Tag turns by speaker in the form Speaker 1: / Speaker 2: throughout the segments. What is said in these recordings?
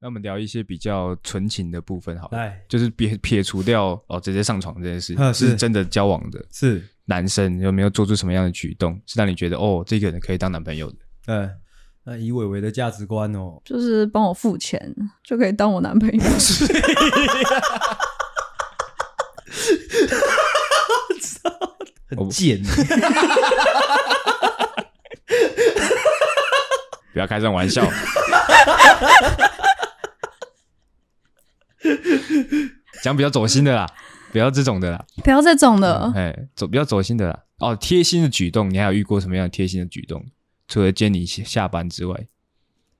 Speaker 1: 那我们聊一些比较纯情的部分好了，
Speaker 2: 来
Speaker 1: 就是撇撇除掉哦直接上床这件事
Speaker 2: 嗯，是
Speaker 1: 是真的交往的
Speaker 2: 是，
Speaker 1: 男生有没有做出什么样的举动，是让你觉得哦这个人可以当男朋友的？
Speaker 2: 嗯，那以伟伟的价值观哦，
Speaker 3: 就是帮我付钱就可以当我男朋友。
Speaker 2: 很贱，
Speaker 1: 不要开这种玩笑。讲比较走心的啦，不要这种的啦，
Speaker 3: 不要这种的，
Speaker 1: 哎，走比较走心的啦。哦，贴心的举动，你还有遇过什么样的贴心的举动？除了接你下下班之外，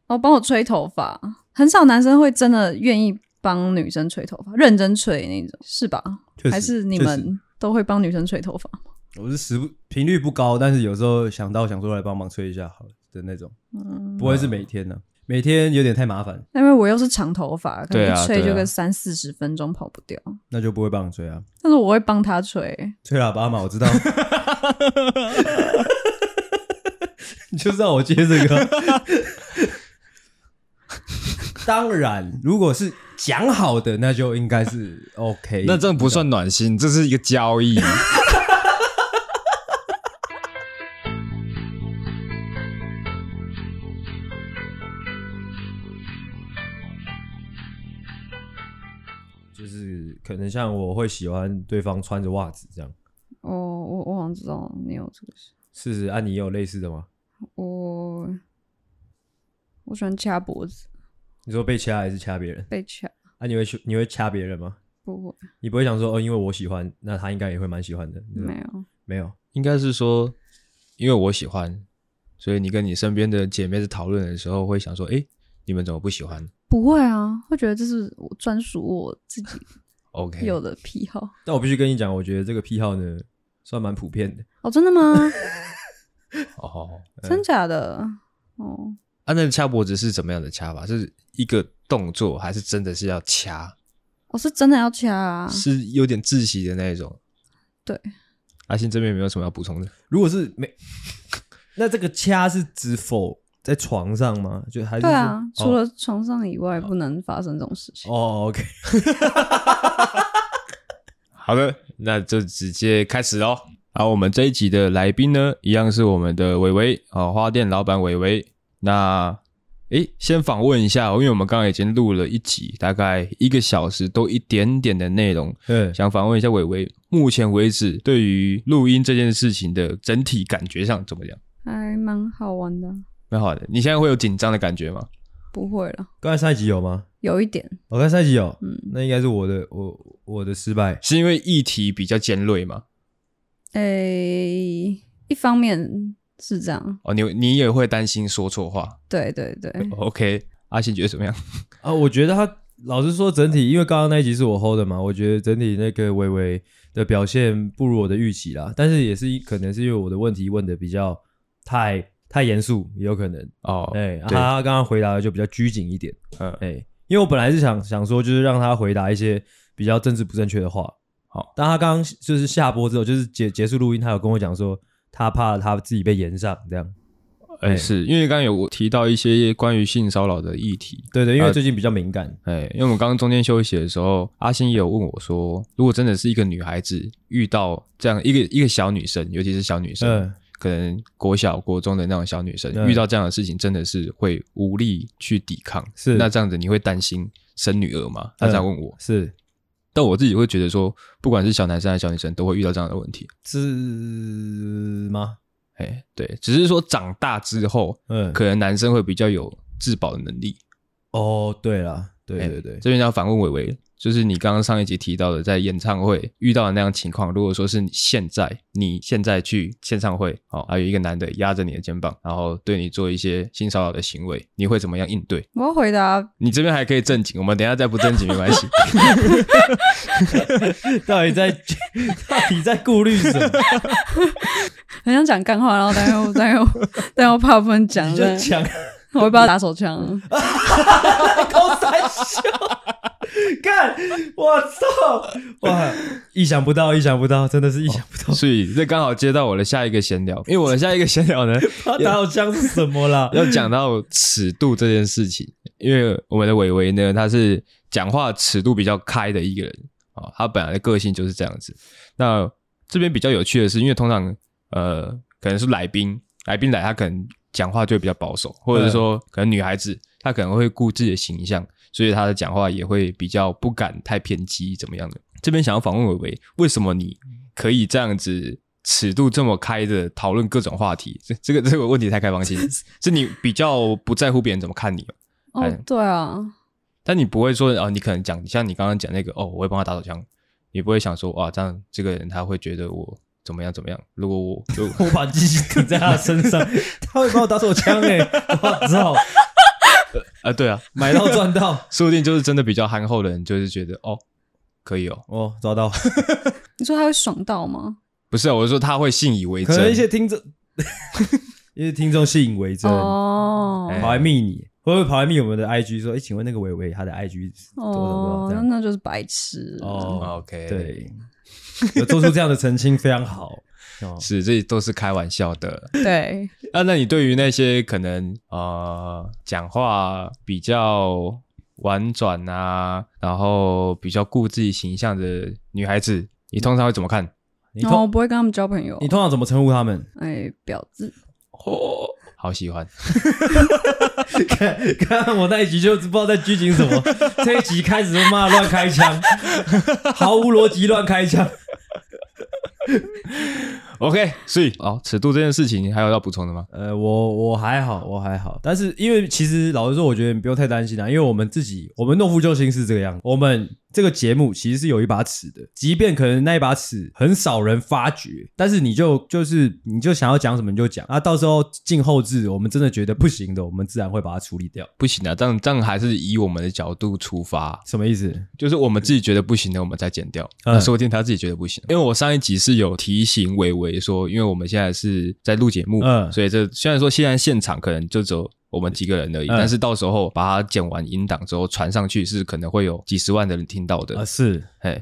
Speaker 3: 哦，帮我吹头发，很少男生会真的愿意帮女生吹头发，认真吹那种，是吧？
Speaker 2: 确实
Speaker 3: 还是你
Speaker 2: 确实
Speaker 3: 们都会帮女生吹头发？
Speaker 2: 我是时不频率不高，但是有时候想到想说来帮忙吹一下好了的那种，
Speaker 3: 嗯，
Speaker 2: 不会是每天呢、每天有点太麻烦，
Speaker 3: 因为我又是长头发，可
Speaker 1: 对
Speaker 3: 能
Speaker 1: 啊
Speaker 3: 一吹
Speaker 1: 对啊
Speaker 3: 就个三四十分钟跑不掉。
Speaker 2: 那就不会帮你吹啊，
Speaker 3: 但是我会帮他吹，
Speaker 2: 吹喇叭嘛，我知 道。 你就知道我接这个。当然，如果是讲好的，那就应该是 OK。
Speaker 1: 那这不算暖心，这是一个交易。
Speaker 2: 就是可能像我会喜欢对方穿着袜子这样。
Speaker 3: 哦，我我好像知道你有这个事，
Speaker 2: 是是，啊，你有类似的吗？
Speaker 3: 我我喜欢掐脖子，
Speaker 2: 你说被掐还是掐别人？
Speaker 3: 被掐
Speaker 2: 啊，你会去你会掐别人吗？
Speaker 3: 不会
Speaker 2: 你不会想说哦，因为我喜欢，那他应该也会蛮喜欢的。你知道
Speaker 3: 没有，
Speaker 2: 没有，
Speaker 1: 应该是说，因为我喜欢，所以你跟你身边的姐妹在讨论的时候，会想说，哎，你们怎么不喜欢
Speaker 3: 不会啊，会觉得这是我专属我自己
Speaker 1: ？OK，
Speaker 3: 有的癖好。
Speaker 2: 但我必须跟你讲，我觉得这个癖好呢，算蛮普遍的。
Speaker 3: 哦，真的吗？
Speaker 1: 哦，
Speaker 3: 真假的？哦，
Speaker 1: 啊，那掐脖子是怎么样的掐法？是一个动作，还是真的是要掐？
Speaker 3: 我是真的要掐啊！
Speaker 1: 是有点窒息的那一种。
Speaker 3: 对，
Speaker 1: 阿信这边有没有什么要补充的？
Speaker 2: 如果是没， 那这个掐是指否在床上吗？就还是
Speaker 3: 对啊，
Speaker 2: 说
Speaker 3: 除了床上以外，不能发生这种事情。
Speaker 2: 哦、o k
Speaker 1: 好的，那就直接开始喽。好，我们这一集的来宾呢，一样是我们的伟伟哦，花店老板伟伟。那诶，先访问一下哦，因为我们刚刚已经录了一集，大概一个小时多一点点的内容，
Speaker 2: 嗯，
Speaker 1: 想访问一下伟伟，目前为止对于录音这件事情的整体感觉上怎么样？
Speaker 3: 还蛮好玩的，
Speaker 1: 蛮好的，你现在会有紧张的感觉吗？
Speaker 3: 不会了，
Speaker 2: 刚才上一集有吗？
Speaker 3: 有一点，
Speaker 2: 我、刚才上一集有，
Speaker 3: 嗯，
Speaker 2: 那应该是我的我我的失败。
Speaker 1: 是因为议题比较尖锐吗？
Speaker 3: 诶、一方面是这样，
Speaker 1: 哦，你你也会担心说错话哦
Speaker 3: 对对对，
Speaker 1: ？OK，阿信觉得怎么样？
Speaker 2: 啊，我觉得他老实说，整体因为刚刚那一集是我 hold 的嘛，我觉得整体那个微微的表现不如我的预期啦。但是也是一可能是因为我的问题问的比较太太严肃，也有可能。
Speaker 1: 哦，
Speaker 2: 哎、啊
Speaker 1: 对
Speaker 2: 他刚刚回答的就比较拘谨一点。
Speaker 1: 嗯
Speaker 2: 哎、因为我本来是想想说，就是让他回答一些比较政治不正确的话。
Speaker 1: 好，
Speaker 2: 但他刚刚就是下播之后，就是结结束录音，他有跟我讲说，他怕他自己被延上这样。
Speaker 1: 哎、
Speaker 2: 哎
Speaker 1: 是因为刚刚有提到一些关于性骚扰的议题，
Speaker 2: 对对，因为
Speaker 1: 啊
Speaker 2: 最近比较敏感。
Speaker 1: 哎、因为我们刚刚中间休息的时候，阿信也有问我说，如果真的是一个女孩子遇到这样一个一个小女生，尤其是小女生，
Speaker 2: 嗯
Speaker 1: 可能国小国中的那种小女生、
Speaker 2: 嗯
Speaker 1: 遇到这样的事情，真的是会无力去抵抗。
Speaker 2: 是嗯
Speaker 1: 那这样子你会担心生女儿吗？他这样问我，
Speaker 2: 是
Speaker 1: 但我自己会觉得说，不管是小男生还是小女生，都会遇到这样的问题。
Speaker 2: 是吗？
Speaker 1: 哎，对，只是说长大之后，
Speaker 2: 嗯，
Speaker 1: 可能男生会比较有自保的能力。
Speaker 2: 哦，对啦，对
Speaker 1: 哎
Speaker 2: 对对，
Speaker 1: 这边要反问伟伟，就是你刚刚上一集提到的，在演唱会遇到的那样情况，如果说是你现在你现在去演唱会，哦，还有一个男的压着你的肩膀，然后对你做一些性骚扰的行为，你会怎么样应对？
Speaker 3: 我要回答，
Speaker 1: 你这边还可以正经，我们等一下再不正经没关系。
Speaker 2: 哎到底在 到底在顾虑什 么？
Speaker 3: 很想讲干话，然后但又但又 但又怕不能讲
Speaker 2: 你，就
Speaker 3: 对
Speaker 2: 讲
Speaker 3: 我会帮他打手枪。
Speaker 2: 高三笑，看，我操， 哇，意想不到，意想不到，真的是意想不到，
Speaker 1: 所以这刚好接到我的下一个闲聊，因为
Speaker 2: 哦
Speaker 1: 我的下一个闲聊呢
Speaker 2: 他打手枪是什么啦？
Speaker 1: 要讲到尺度这件事情。因为我们的伟伟呢，他是讲话尺度比较开的一个人啊、哦他本来的个性就是这样子。那这边比较有趣的是，因为通常呃，可能是来宾，来宾来他可能讲话就会比较保守，或者是说可能女孩子她可能会顾自己的形象，所以她的讲话也会比较不敢太偏激怎么样的。这边想要访问伟伟，为什么你可以这样子尺度这么开的讨论各种话题？这这个这个问题太开放性，是你比较不在乎别人怎么看你吗，
Speaker 3: 哦
Speaker 1: 哎，
Speaker 3: 对啊，
Speaker 1: 但你不会说啊、你可能讲像你刚刚讲那个哦，我会帮他打手枪，你不会想说哇，这样这个人他会觉得我怎么样怎么样？如果我就
Speaker 2: 我把机器顶在他身 上，他会帮我打手枪 哎、我操，
Speaker 1: 啊，对啊，
Speaker 2: 买到赚到，
Speaker 1: 说不定就是真的比较憨厚的人，就是觉得哦，可以哦，
Speaker 2: 哦，抓到，
Speaker 3: 你说他会爽到吗？
Speaker 1: 不是、啊，我是说他会信以为
Speaker 2: 可
Speaker 1: 真，
Speaker 2: 能一些 听众，一些听众信以为真，
Speaker 3: 哦，
Speaker 1: 哎
Speaker 2: 跑来密你，会不会跑来密我们的 IG 说，哎、请问那个伟伟他的 IG 是多少多少
Speaker 3: 哦
Speaker 2: 这，
Speaker 3: 那
Speaker 2: 样？
Speaker 3: 那就是白痴。
Speaker 2: 哦
Speaker 1: OK，，
Speaker 2: 对，有做出这样的澄清非常好。哦，
Speaker 1: 是这都是开玩笑的。
Speaker 3: 对，
Speaker 1: 啊，那你对于那些可能呃讲话比较婉转啊，然后比较顾自己形象的女孩子，你通常会怎么看？
Speaker 2: 你
Speaker 3: 然后我
Speaker 2: 通
Speaker 3: 不会跟他们交朋友
Speaker 2: 你。通常怎么称呼他们？
Speaker 3: 哎，婊子，
Speaker 1: 哦，好喜欢。
Speaker 2: 看，看我那一集就不知道在拘谨什么，这一集开始就骂乱开枪，毫无逻辑乱开枪。
Speaker 1: OK，所以哦，尺度这件事情还有要补充的吗？
Speaker 2: 呃，我我还好，我还好，但是因为其实老实说，我觉得你不用太担心啦、啊因为我们自己，我们诺夫救星是这个样子，我们这个节目其实是有一把尺的，即便可能那一把尺很少人发觉，但是你就就是你就想要讲什么你就讲，啊，到时候进后置，我们真的觉得不行的，我们自然会把它处理掉。
Speaker 1: 不行啊，这样这样还是以我们的角度出发，
Speaker 2: 什么意思？
Speaker 1: 就是我们自己觉得不行的，我们再剪掉。
Speaker 2: 嗯
Speaker 1: 那说不定他自己觉得不行，因为我上一集是有提醒伟伟说，因为我们现在是在录节目，
Speaker 2: 嗯
Speaker 1: 所以这虽然说现在现场可能就只有我们几个人而已，
Speaker 2: 嗯
Speaker 1: 但是到时候把它剪完音档之后传上去，是可能会有几十万的人听到的。
Speaker 2: 啊，是，
Speaker 1: 哎，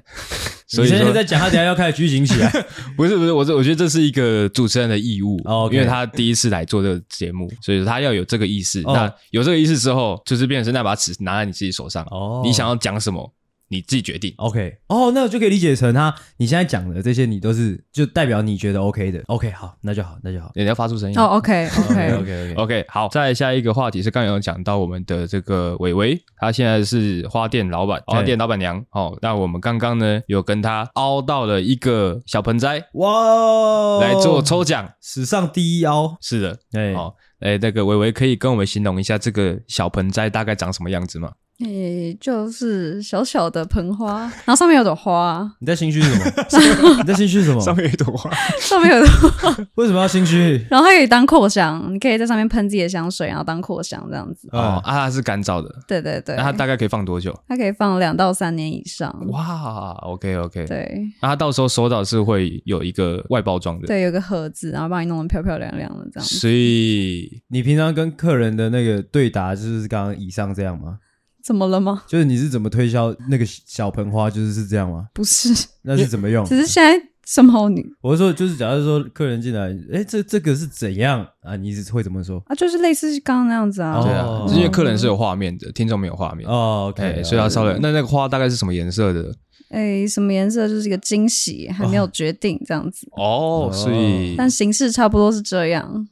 Speaker 1: 所以
Speaker 2: 你现在
Speaker 1: 说
Speaker 2: 在讲，他等一下要开始拘谨起来。
Speaker 1: 不是不是，我这我觉得这是一个主持人的义务，
Speaker 2: 哦，OK
Speaker 1: 因为他第一次来做这个节目，所以他要有这个意识。
Speaker 2: 哦
Speaker 1: 那有这个意识之后，就是变成是那把尺拿在你自己手上，
Speaker 2: 哦
Speaker 1: 你想要讲什么，你自己决定。
Speaker 2: OK，哦，那我就可以理解成他你现在讲的这些，你都是就代表你觉得 OK 的。OK，好，那就好，那就好。
Speaker 1: 你要发出声音。
Speaker 3: 哦，OK，OK，
Speaker 2: OK
Speaker 1: OK，好，再下一个话题是刚刚有讲到我们的这个伟伟，他现在是花店老板，
Speaker 2: 对
Speaker 1: 花店老板娘。哦，那我们刚刚呢有跟他凹到了一个小盆栽
Speaker 2: 哇哦，
Speaker 1: 来做抽奖，
Speaker 2: 史上第一凹，
Speaker 1: 是的，
Speaker 2: 哎、
Speaker 1: 哦，哎，那个伟伟可以跟我们形容一下这个小盆栽大概长什么样子吗？
Speaker 3: 哎，就是小小的盆花，然后上面有朵花，
Speaker 2: 你在心虚什么？ 你在心虚什么？
Speaker 1: 面有一朵花，
Speaker 3: 上面有朵，
Speaker 2: 为什么要心虚？
Speaker 3: 然后它可以当扩香，你可以在上面喷自己的香水，然后当扩香这样子。
Speaker 1: 哦
Speaker 2: 啊、，
Speaker 1: 啊，它是干燥的，
Speaker 3: 对对对，
Speaker 1: 那它大概可以放多久？
Speaker 3: 它可以放两到三年以上。
Speaker 1: 哇，OK OK，
Speaker 3: 对
Speaker 1: 那它到时候收到是会有一个外包装的，
Speaker 3: 对，有个盒子，然后帮你弄得漂漂亮亮的这样子。
Speaker 1: 所以
Speaker 2: 你平常跟客人的那个对答，就是刚刚以上这样吗？
Speaker 3: 怎么了吗？
Speaker 2: 就是你是怎么推销那个小盆花，就是是这样吗？
Speaker 3: 不是，
Speaker 2: 那是怎么用？
Speaker 3: 只是现在什么你
Speaker 2: 我是说，就是假如说客人进来，哎，这这个是怎样啊？你是会怎么说？
Speaker 3: 啊，就是类似刚刚那样子啊。
Speaker 2: 哦
Speaker 1: 对啊，因为客人是有画面的，听众没有画面，
Speaker 2: 哦
Speaker 1: 哎、
Speaker 2: ，OK，
Speaker 1: 所以
Speaker 2: 了
Speaker 1: 要
Speaker 2: 解
Speaker 1: 稍微那那个花大概是什么颜色的？
Speaker 3: 哎，什么颜色就是一个惊喜，还没有决定这样子，
Speaker 1: 哦，所以
Speaker 3: 但形式差不多是这样。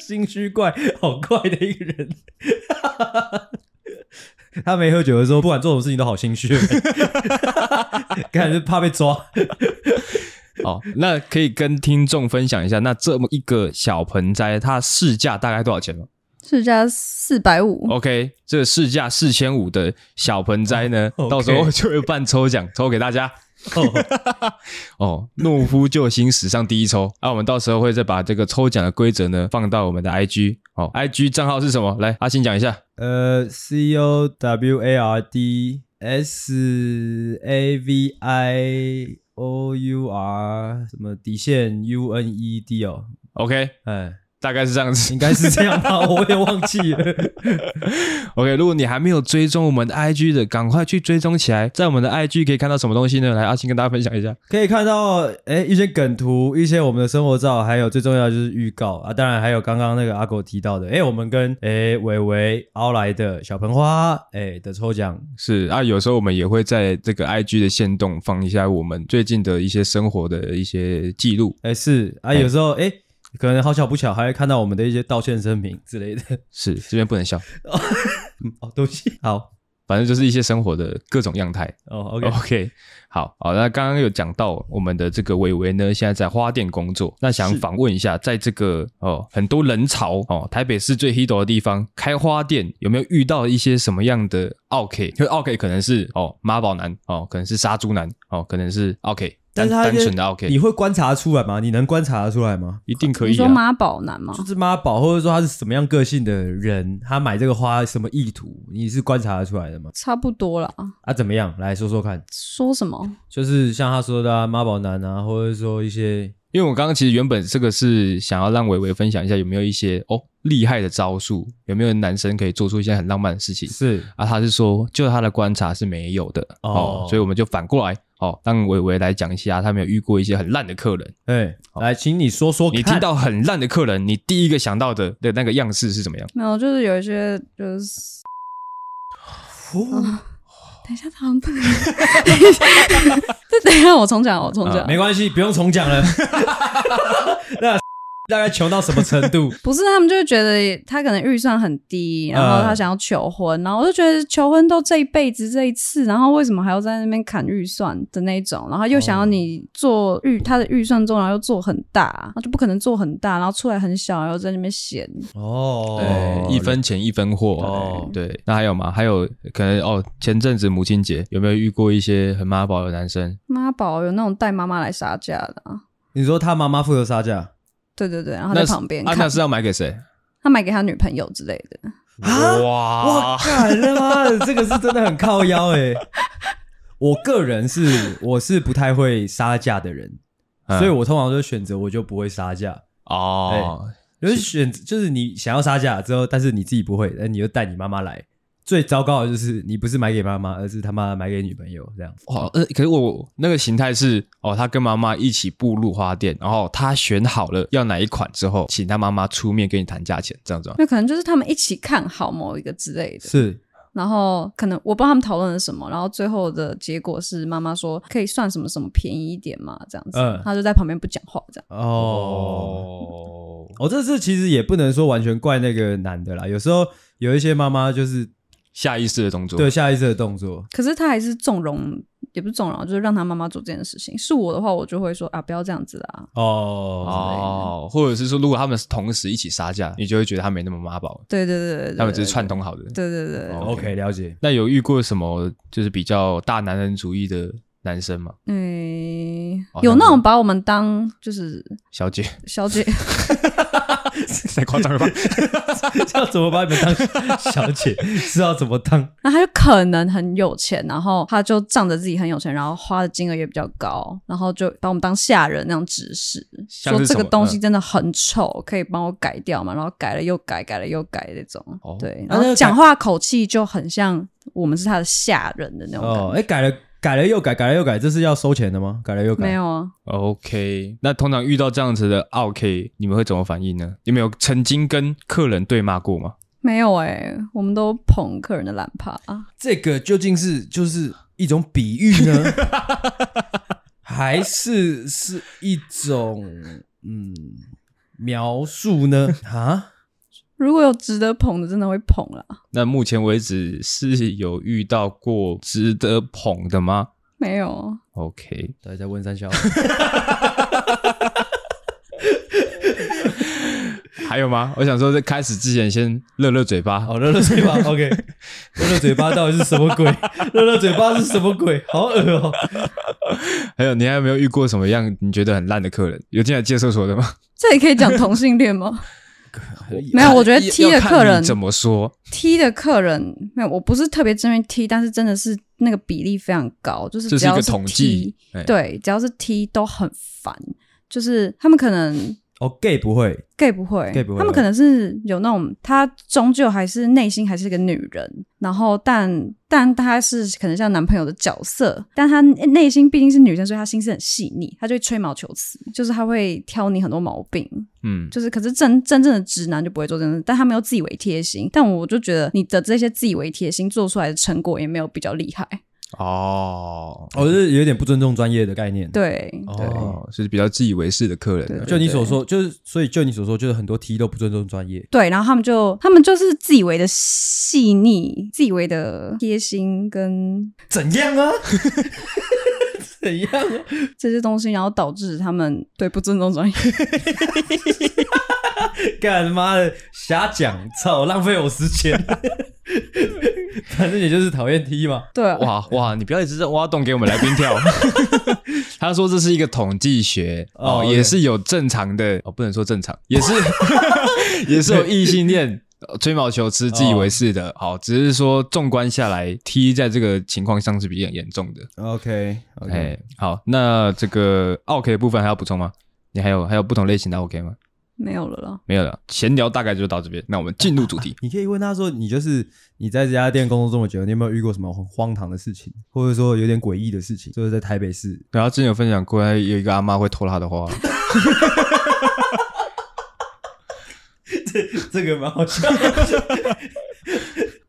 Speaker 2: 心虚怪，好怪的一个人。他没喝酒的时候，不管做什么事情都好心虚， 感觉怕被抓。
Speaker 1: 哦，那可以跟听众分享一下，那这么一个小盆栽，它市价大概多少钱吗
Speaker 3: 是加四百五，
Speaker 1: ？OK，这个市价四千五的小盆栽呢，
Speaker 2: 哦，OK
Speaker 1: 到时候就会办抽奖， 抽给大家。哦，懦夫救星史上第一抽。啊，我们到时候会再把这个抽奖的规则呢放到我们的 IG 哦，IG 账号是什么？来，阿信讲一下。
Speaker 2: 呃，C O W A R D S A V I O U R 什么底线 U N E D 哦，
Speaker 1: OK，
Speaker 2: 哎，
Speaker 1: 大概是这样子
Speaker 2: 应。该是这样吧，我也忘记了。
Speaker 1: OK，如果你还没有追踪我们的 IG 的，赶快去追踪起来。在我们的 IG 可以看到什么东西呢？来，阿星跟大家分享一下。
Speaker 2: 可以看到，哎、一些梗图，一些我们的生活照，还有最重要的就是预告啊。当然还有刚刚那个阿狗提到的，哎、我们跟哎伟伟、凹来的小盆花，哎、的抽奖，
Speaker 1: 是啊，有时候我们也会在这个 IG 的线动放一下我们最近的一些生活的一些记录。
Speaker 2: 哎、是啊，
Speaker 1: 哎
Speaker 2: 有时候哎、可能好巧不巧还会看到我们的一些道歉声明之类的。
Speaker 1: 是，这边不能笑，
Speaker 2: 哦，对不起，好，
Speaker 1: 反正就是一些生活的各种样态。
Speaker 2: 哦，OK，
Speaker 1: OK，好好，那刚刚有讲到我们的这个伟伟呢，现在在花店工作，那想
Speaker 2: 是
Speaker 1: 访问一下，在这个哦很多人潮哦，台北市最 h i t 的地方开花店，有没有遇到一些什么样的 OK？因为 OK 可能是哦妈宝男哦，可能是杀猪男哦，可能是 OK，
Speaker 2: 但
Speaker 1: 单
Speaker 2: 是他
Speaker 1: 单纯的 OK，
Speaker 2: 你会观察出来吗？你能观察得出来吗？
Speaker 1: 一定可
Speaker 3: 你
Speaker 1: 以
Speaker 3: 说
Speaker 1: 啊。
Speaker 3: 妈宝男吗？
Speaker 2: 就是妈宝，或者说他是什么样个性的人，他买这个花什么意图，你是观察得出来的吗？
Speaker 3: 差不多啦。
Speaker 2: 啊，怎么样？来说说看。
Speaker 3: 说什么？
Speaker 2: 就是像他说的、啊、妈宝男啊，或者说一些
Speaker 1: 因为我刚刚其实原本这个是想要让伟伟分享一下有没有一些哦厉害的招数，有没有男生可以做出一些很浪漫的事情。
Speaker 2: 是
Speaker 1: 啊，他是说，就他的观察是没有的哦
Speaker 2: 哦
Speaker 1: 所以我们就反过来哦，让伟伟来讲一下，他没有遇过一些很烂的客人。
Speaker 2: 哎，来，请你说说看，
Speaker 1: 你听到很烂的客人，你第一个想到的的那个样式是怎么样？
Speaker 3: 没有，就是有一些就是。等一下，他好像不能。这等一下，我重讲，我重
Speaker 1: 啊
Speaker 3: 讲。
Speaker 2: 没关系，不用 重讲了。那 大概穷到什么程度？
Speaker 3: 不是，他们就会觉得他可能预算很低，然后
Speaker 2: 嗯
Speaker 3: 他想要求婚，然后我就觉得求婚都这一辈子这一次，然后为什么还要在那边砍预算的那种？然后又想要你做预、他的预算中，然后又做很大，
Speaker 1: 嗯
Speaker 3: 然后就不可能做很大，然后出来很小，然后在那边嫌。
Speaker 2: 哦
Speaker 1: 哦，，一分钱一分货。
Speaker 2: 哦
Speaker 1: 对，那还有吗？还有可能哦，前阵子母亲节有没有遇过一些很妈宝的男生？
Speaker 3: 妈宝有那种带妈妈来杀价的、啊，
Speaker 2: 你说他妈妈负责杀价
Speaker 3: 对对对，然后
Speaker 1: 那
Speaker 3: 在
Speaker 1: 是
Speaker 3: 旁边
Speaker 1: 啊，
Speaker 3: 看，
Speaker 1: 那是要买给谁？
Speaker 3: 他买给他女朋友之类的。
Speaker 2: 啊？
Speaker 1: 哇
Speaker 2: 我，干他妈的，这个是真的很靠腰 哎、我个人是我是不太会杀价的人，
Speaker 1: 嗯
Speaker 2: 所以我通常就选择我就不会杀价。
Speaker 1: 哦，
Speaker 2: 就是选，就是你想要杀价之后，但是你自己不会，那你就带你妈妈来。最糟糕的就是你不是买给妈妈，而是他妈买给女朋友这样。
Speaker 1: 哇，呃，可是我那个形态是哦，他跟妈妈一起步入花店，然后他选好了要哪一款之后，请他妈妈出面跟你谈价钱，这样子吗。
Speaker 3: 那可能就是他们一起看好某一个之类的，
Speaker 2: 是
Speaker 3: 然后可能我不知道他们讨论了什么，然后最后的结果是妈妈说可以算什么什么便宜一点嘛，这样子，
Speaker 2: 嗯
Speaker 3: 他就在旁边不讲话这样。
Speaker 2: 哦，哦，这次其实也不能说完全怪那个男的啦，有时候有一些妈妈就是
Speaker 1: 下意识的动作，
Speaker 2: 对，下意识的动作，
Speaker 3: 可是他还是纵容，也不是纵容，就是让他妈妈做这件事情。是我的话，我就会说啊，不要这样子啦。
Speaker 2: 哦，
Speaker 1: 哦，或者是说，如果他们是同时一起杀价，你就会觉得他没那么妈宝，
Speaker 3: 对对对对对，
Speaker 1: 他们只是
Speaker 3: 对
Speaker 1: 串。通好的。
Speaker 3: 对对对，对
Speaker 1: 哦 OK
Speaker 2: OK，了解。
Speaker 1: 那有遇过什么就是比较大男人主义的男生吗？
Speaker 3: 嗯
Speaker 1: 哦，
Speaker 3: 哎有那种把我们当就是
Speaker 1: 小姐，
Speaker 3: 小姐，
Speaker 1: 太夸张 了吧？
Speaker 2: 要怎么把你们当小姐？ 是要怎么当？
Speaker 3: 那他就可能很有钱，然后他就仗着自己很有钱，然后花的金额也比较高，然后就把我们当下人那样指使，
Speaker 1: 像
Speaker 3: 说
Speaker 1: 是什么嗯
Speaker 3: 这个东西真的很丑，可以帮我改掉嘛？然后改了又改，改了又改那种。
Speaker 1: 哦
Speaker 3: 对，
Speaker 2: 那
Speaker 3: 然
Speaker 2: 那
Speaker 3: 后
Speaker 2: 个
Speaker 3: 讲
Speaker 2: 改
Speaker 3: 话口气就很像我们是他的下人的那种感觉。
Speaker 2: 哦，哎，改了，改了又改，改了又改，这是要收钱的吗？改了又改，
Speaker 3: 没有啊，
Speaker 1: OK，那通常遇到这样子的 OK，你们会怎么反应呢？你们有曾经跟客人对骂过吗？
Speaker 3: 没有哎、我们都捧客人的懒趴啊。
Speaker 2: 这个究竟是就是一种比喻呢， 还是是一种嗯描述 呢？啊，
Speaker 3: 如果有值得捧的，真的会捧啦。
Speaker 1: 那目前为止是有遇到过值得捧的吗
Speaker 3: 没有，啊
Speaker 1: ？OK，
Speaker 2: 大家在问三 小，
Speaker 1: 还有吗？我想说，在开始之前先热热嘴巴。
Speaker 2: 哦，乐乐嘴 巴，OK，乐乐嘴巴到底是什 么鬼？乐乐嘴巴是什么鬼？好恶哦、
Speaker 1: 还有，你还有没有遇过什么样你觉得很烂的客人？有进来借厕所的吗？
Speaker 3: 这也可以讲同性恋吗？ 没有，我觉得 T 的
Speaker 1: 啊要看
Speaker 3: 客人
Speaker 1: 你怎么说？
Speaker 3: T 的客人没有，我不是特别针对 T，但是真的是那个比例非常高，就是
Speaker 1: 这是
Speaker 3: 只
Speaker 1: 一
Speaker 3: 要
Speaker 1: 个
Speaker 3: T，
Speaker 1: 统计。哎，
Speaker 3: 对，只要是 T 都很烦，就是他们可能
Speaker 2: 哦，gay 不会
Speaker 3: gay 不会
Speaker 2: gay 不会
Speaker 3: 他们可能是有那种，她终究还是内心还是个女人，然后但但她是可能像男朋友的角色，但她内心毕竟是女生，所以她心思很细腻，她就会吹毛求疵，就是她会挑你很多毛病，
Speaker 1: 嗯，
Speaker 3: 就是可是真真正的直男就不会做这种事，但他们又自以为贴心，但我就觉得你的这些自以为贴心做出来的成果也没有比较厉害，
Speaker 1: 哦，
Speaker 2: 哦，就是有点不尊重专业的概念。，
Speaker 3: 对对。
Speaker 1: 哦，是比较自以为是的客人啊，
Speaker 3: 对
Speaker 2: 就你所说，就是所以就你所说，就是很多 T 都不尊重专业。
Speaker 3: 对，然后他们就他们就是自以为的细腻，自以为的贴心跟
Speaker 2: 怎样啊？ 怎样啊？
Speaker 3: 这些东西，然后导致他们对不尊重专业。
Speaker 2: 干妈的瞎讲，操，浪费我时 间。反正也就是讨厌 T 嘛。
Speaker 3: 对啊，
Speaker 1: 哇哇，你不要一直在挖洞给我们来宾 跳。他说这是一个统计学
Speaker 2: 哦
Speaker 1: 哦，
Speaker 2: ，OK
Speaker 1: 也是有正常的哦，不能说正常，也是 也是有异性恋呃吹毛求疵、自以为是的。好，只是说纵观下来，T 在这个情况上是比较严重的。
Speaker 2: OK。
Speaker 1: 哎，好，那这个 OK 的部分还要补充吗？你还有还有不同类型的 OK 吗？
Speaker 3: 没有了啦。
Speaker 1: 没有了，闲聊大概就到这边。那我们进入主题
Speaker 2: 你可以问他说，你就是你在这家店工作这么久，你有没有遇过什么很荒唐的事情，或者说有点诡异的事情？就是在台北市，
Speaker 1: 然后啊之前有分享过，有一个阿妈会偷她的花。
Speaker 2: 这个蛮好笑。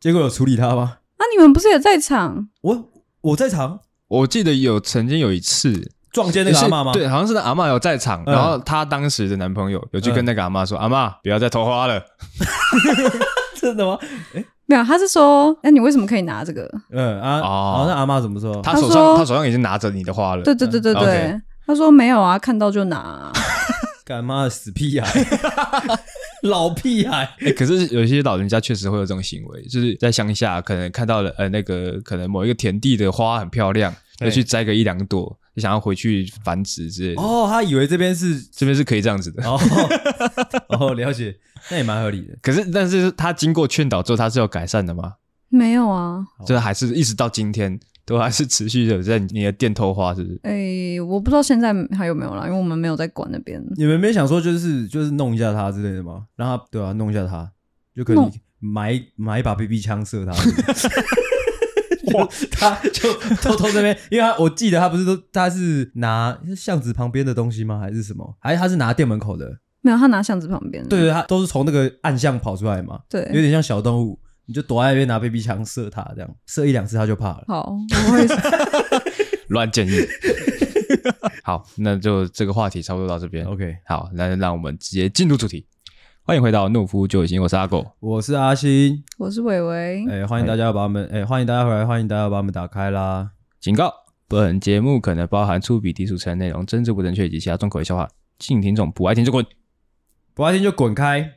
Speaker 2: 结果有处理他吗？
Speaker 3: 那、啊你们不是也在场？
Speaker 2: 我我在场
Speaker 1: 我记得有曾经有一次，
Speaker 2: 撞见那个阿 嬷吗？
Speaker 1: 是对，好像是那阿嬷有在场，
Speaker 2: 嗯
Speaker 1: 然后她当时的男朋友有去跟那个阿嬷说：“阿嬷，不要再偷花了。
Speaker 2: 哦真的吗？
Speaker 3: 没有，他是说，哎，你为什么可以拿这个？
Speaker 2: 嗯啊，
Speaker 1: 哦
Speaker 2: 哦，那阿嬷怎么说？”
Speaker 1: 她手
Speaker 3: 她说
Speaker 1: 上，她手上已经拿着你的花了。
Speaker 3: 对对对对对。
Speaker 1: 嗯 OK
Speaker 3: 他说没有啊，看到就拿 啊、
Speaker 2: 干妈的死屁孩， 老屁孩，
Speaker 1: 欸可是有些老人家确实会有这种行为，就是在乡下可能看到了呃那个可能某一个田地的花很漂亮，
Speaker 2: 对
Speaker 1: 就去摘个一两朵，就想要回去繁殖之类的。
Speaker 2: 哦，他以为这边是
Speaker 1: 这边是可以这样子的。
Speaker 2: 哦哦，了解，那也蛮合理的。
Speaker 1: 可是，但是她经过劝导之后，她是有改善的吗？
Speaker 3: 没有啊，
Speaker 2: 哦
Speaker 1: 就是还是一直到今天都还是持续的在你的店偷花，是不是？
Speaker 3: 哎，我不知道现在还有没有啦，因为我们没有在管那边。
Speaker 2: 你们没想说就是就是弄一下他之类的吗？让他对啊，弄一下他，就可能
Speaker 3: 弄
Speaker 2: 买买一把 BB 枪射他。哇，他就偷偷这边，因为他我记得他不是都他是拿是巷子旁边的东西吗？还是什么？还是他是拿店门口的？
Speaker 3: 没有，他拿巷子旁边。
Speaker 2: 对对，他都是从那个暗巷跑出来嘛，有
Speaker 3: 对，
Speaker 2: 点像小动物，你就躲在那边拿 BB 枪射他，这样射一两次他就怕了。
Speaker 3: 好，我会。
Speaker 1: 乱建议。 好，那就这个话题差不多到这边。
Speaker 2: OK，
Speaker 1: 好，那让我们直接进入主题。欢迎回到懦夫救已经，我是阿狗。
Speaker 2: 我是阿星，
Speaker 3: 我是伟伟。
Speaker 2: 哎、欢迎大家把我们，哎、欢迎大家回来，欢迎大家把我们打开啦。
Speaker 1: 警告：本节目可能包含粗鄙、低俗、成人内容、政治不正确以及其他重口味笑话，敬听众不爱听就滚。
Speaker 2: 不爱听就滚开。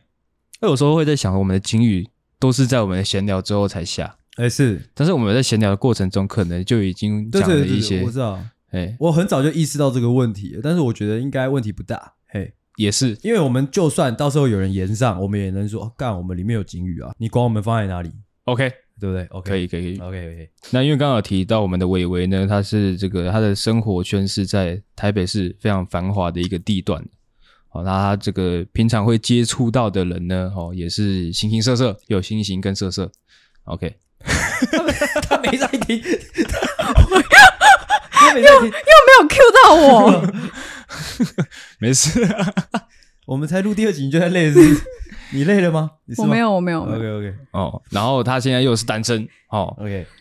Speaker 1: 我有时候会在想，我们的警语都是在我们的闲聊之后才下，
Speaker 2: 哎、是，
Speaker 1: 但是我们在闲聊的过程中，可能就已经
Speaker 2: 对
Speaker 1: 讲
Speaker 2: 对
Speaker 1: 了
Speaker 2: 对，
Speaker 1: 一些
Speaker 2: 我，知道，
Speaker 1: 哎，
Speaker 2: 我很早就意识到这个问题了，但是我觉得应该问题不大，嘿，
Speaker 1: 也是
Speaker 2: 因为我们就算到时候有人延上，我们也能说，哦干、我们里面有警语啊，你管我们放在哪里，
Speaker 1: OK，
Speaker 2: 对不对？OK，
Speaker 1: 可以，可以，可以。
Speaker 2: ，OK，OK，、OK，OK，
Speaker 1: 那因为刚刚有提到我们的伟伟呢，他是这个他的生活圈是在台北市非常繁华的一个地段，好、那他这个平常会接触到的人呢，哦，也是形形色色，有星星跟色色。OK，
Speaker 2: 他没在听，他没在听，
Speaker 3: 没有 Q 到我，
Speaker 1: 没事、
Speaker 2: 我们才录第二集你就在累是不是？你累了吗？ 你是
Speaker 3: 我
Speaker 2: 吗
Speaker 3: 没有，我没有，我没有
Speaker 2: ，OK，OK，OK，
Speaker 1: 哦。然后他现在又是单身，哦，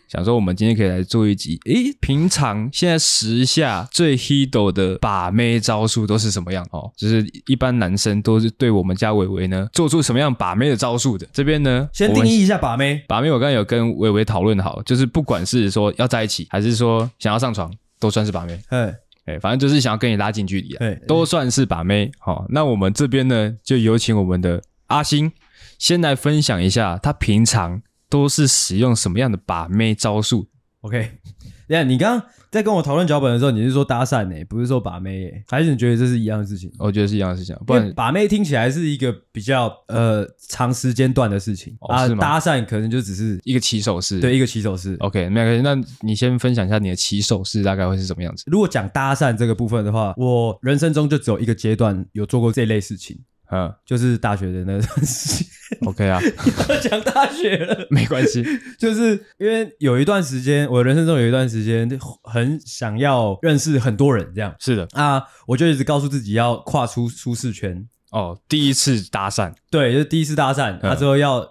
Speaker 1: 想说我们今天可以来做一集，诶，平常现在时下最 hit 的把妹招数都是什么样？哦，就是一般男生都是对我们家伟伟呢做出什么样把妹的招数的。这边呢，
Speaker 2: 先
Speaker 1: 我
Speaker 2: 定
Speaker 1: 们
Speaker 2: 义一下把妹，
Speaker 1: 把妹，我刚才有跟伟伟讨论好，就是不管是说要在一起，还是说想要上床，都算是把妹。
Speaker 2: 嘿，
Speaker 1: 哎，反正就是想要跟你拉近距离啊
Speaker 2: 对，
Speaker 1: 都算是把妹。好、那我们这边呢，就有请我们的阿星先来分享一下，他平常都是使用什么样的把妹招数？
Speaker 2: OK，等一下你刚刚在跟我讨论脚本的时候，你是说搭讪呢、不是说把妹、欸？还是你觉得这是一样的事情？
Speaker 1: 我觉得是一样的事情啊，不
Speaker 2: 因为
Speaker 1: 然
Speaker 2: 把妹听起来是一个比较呃长时间段的事情、
Speaker 1: 哦
Speaker 2: 啊
Speaker 1: 是，吗
Speaker 2: 搭讪可能就只是
Speaker 1: 一个起手式。
Speaker 2: 对一个起手式。
Speaker 1: ，OK，没有关系。那你先分享一下你的起手式大概会是什么样子？
Speaker 2: 如果讲搭讪这个部分的话，我人生中就只有一个阶段有做过这类事情，
Speaker 1: 嗯
Speaker 2: 就是大学的那段时间。
Speaker 1: ，OK 啊，
Speaker 2: 要讲大学了，
Speaker 1: 没关系。
Speaker 2: 就是因为有一段时间，我人生中有一段时间很想要认识很多人，这样
Speaker 1: 是的，
Speaker 2: 啊，我就一直告诉自己要跨出舒适圈，
Speaker 1: 哦，第一次搭讪，
Speaker 2: 对，就是第一次搭讪，
Speaker 1: 嗯
Speaker 2: 啊之后要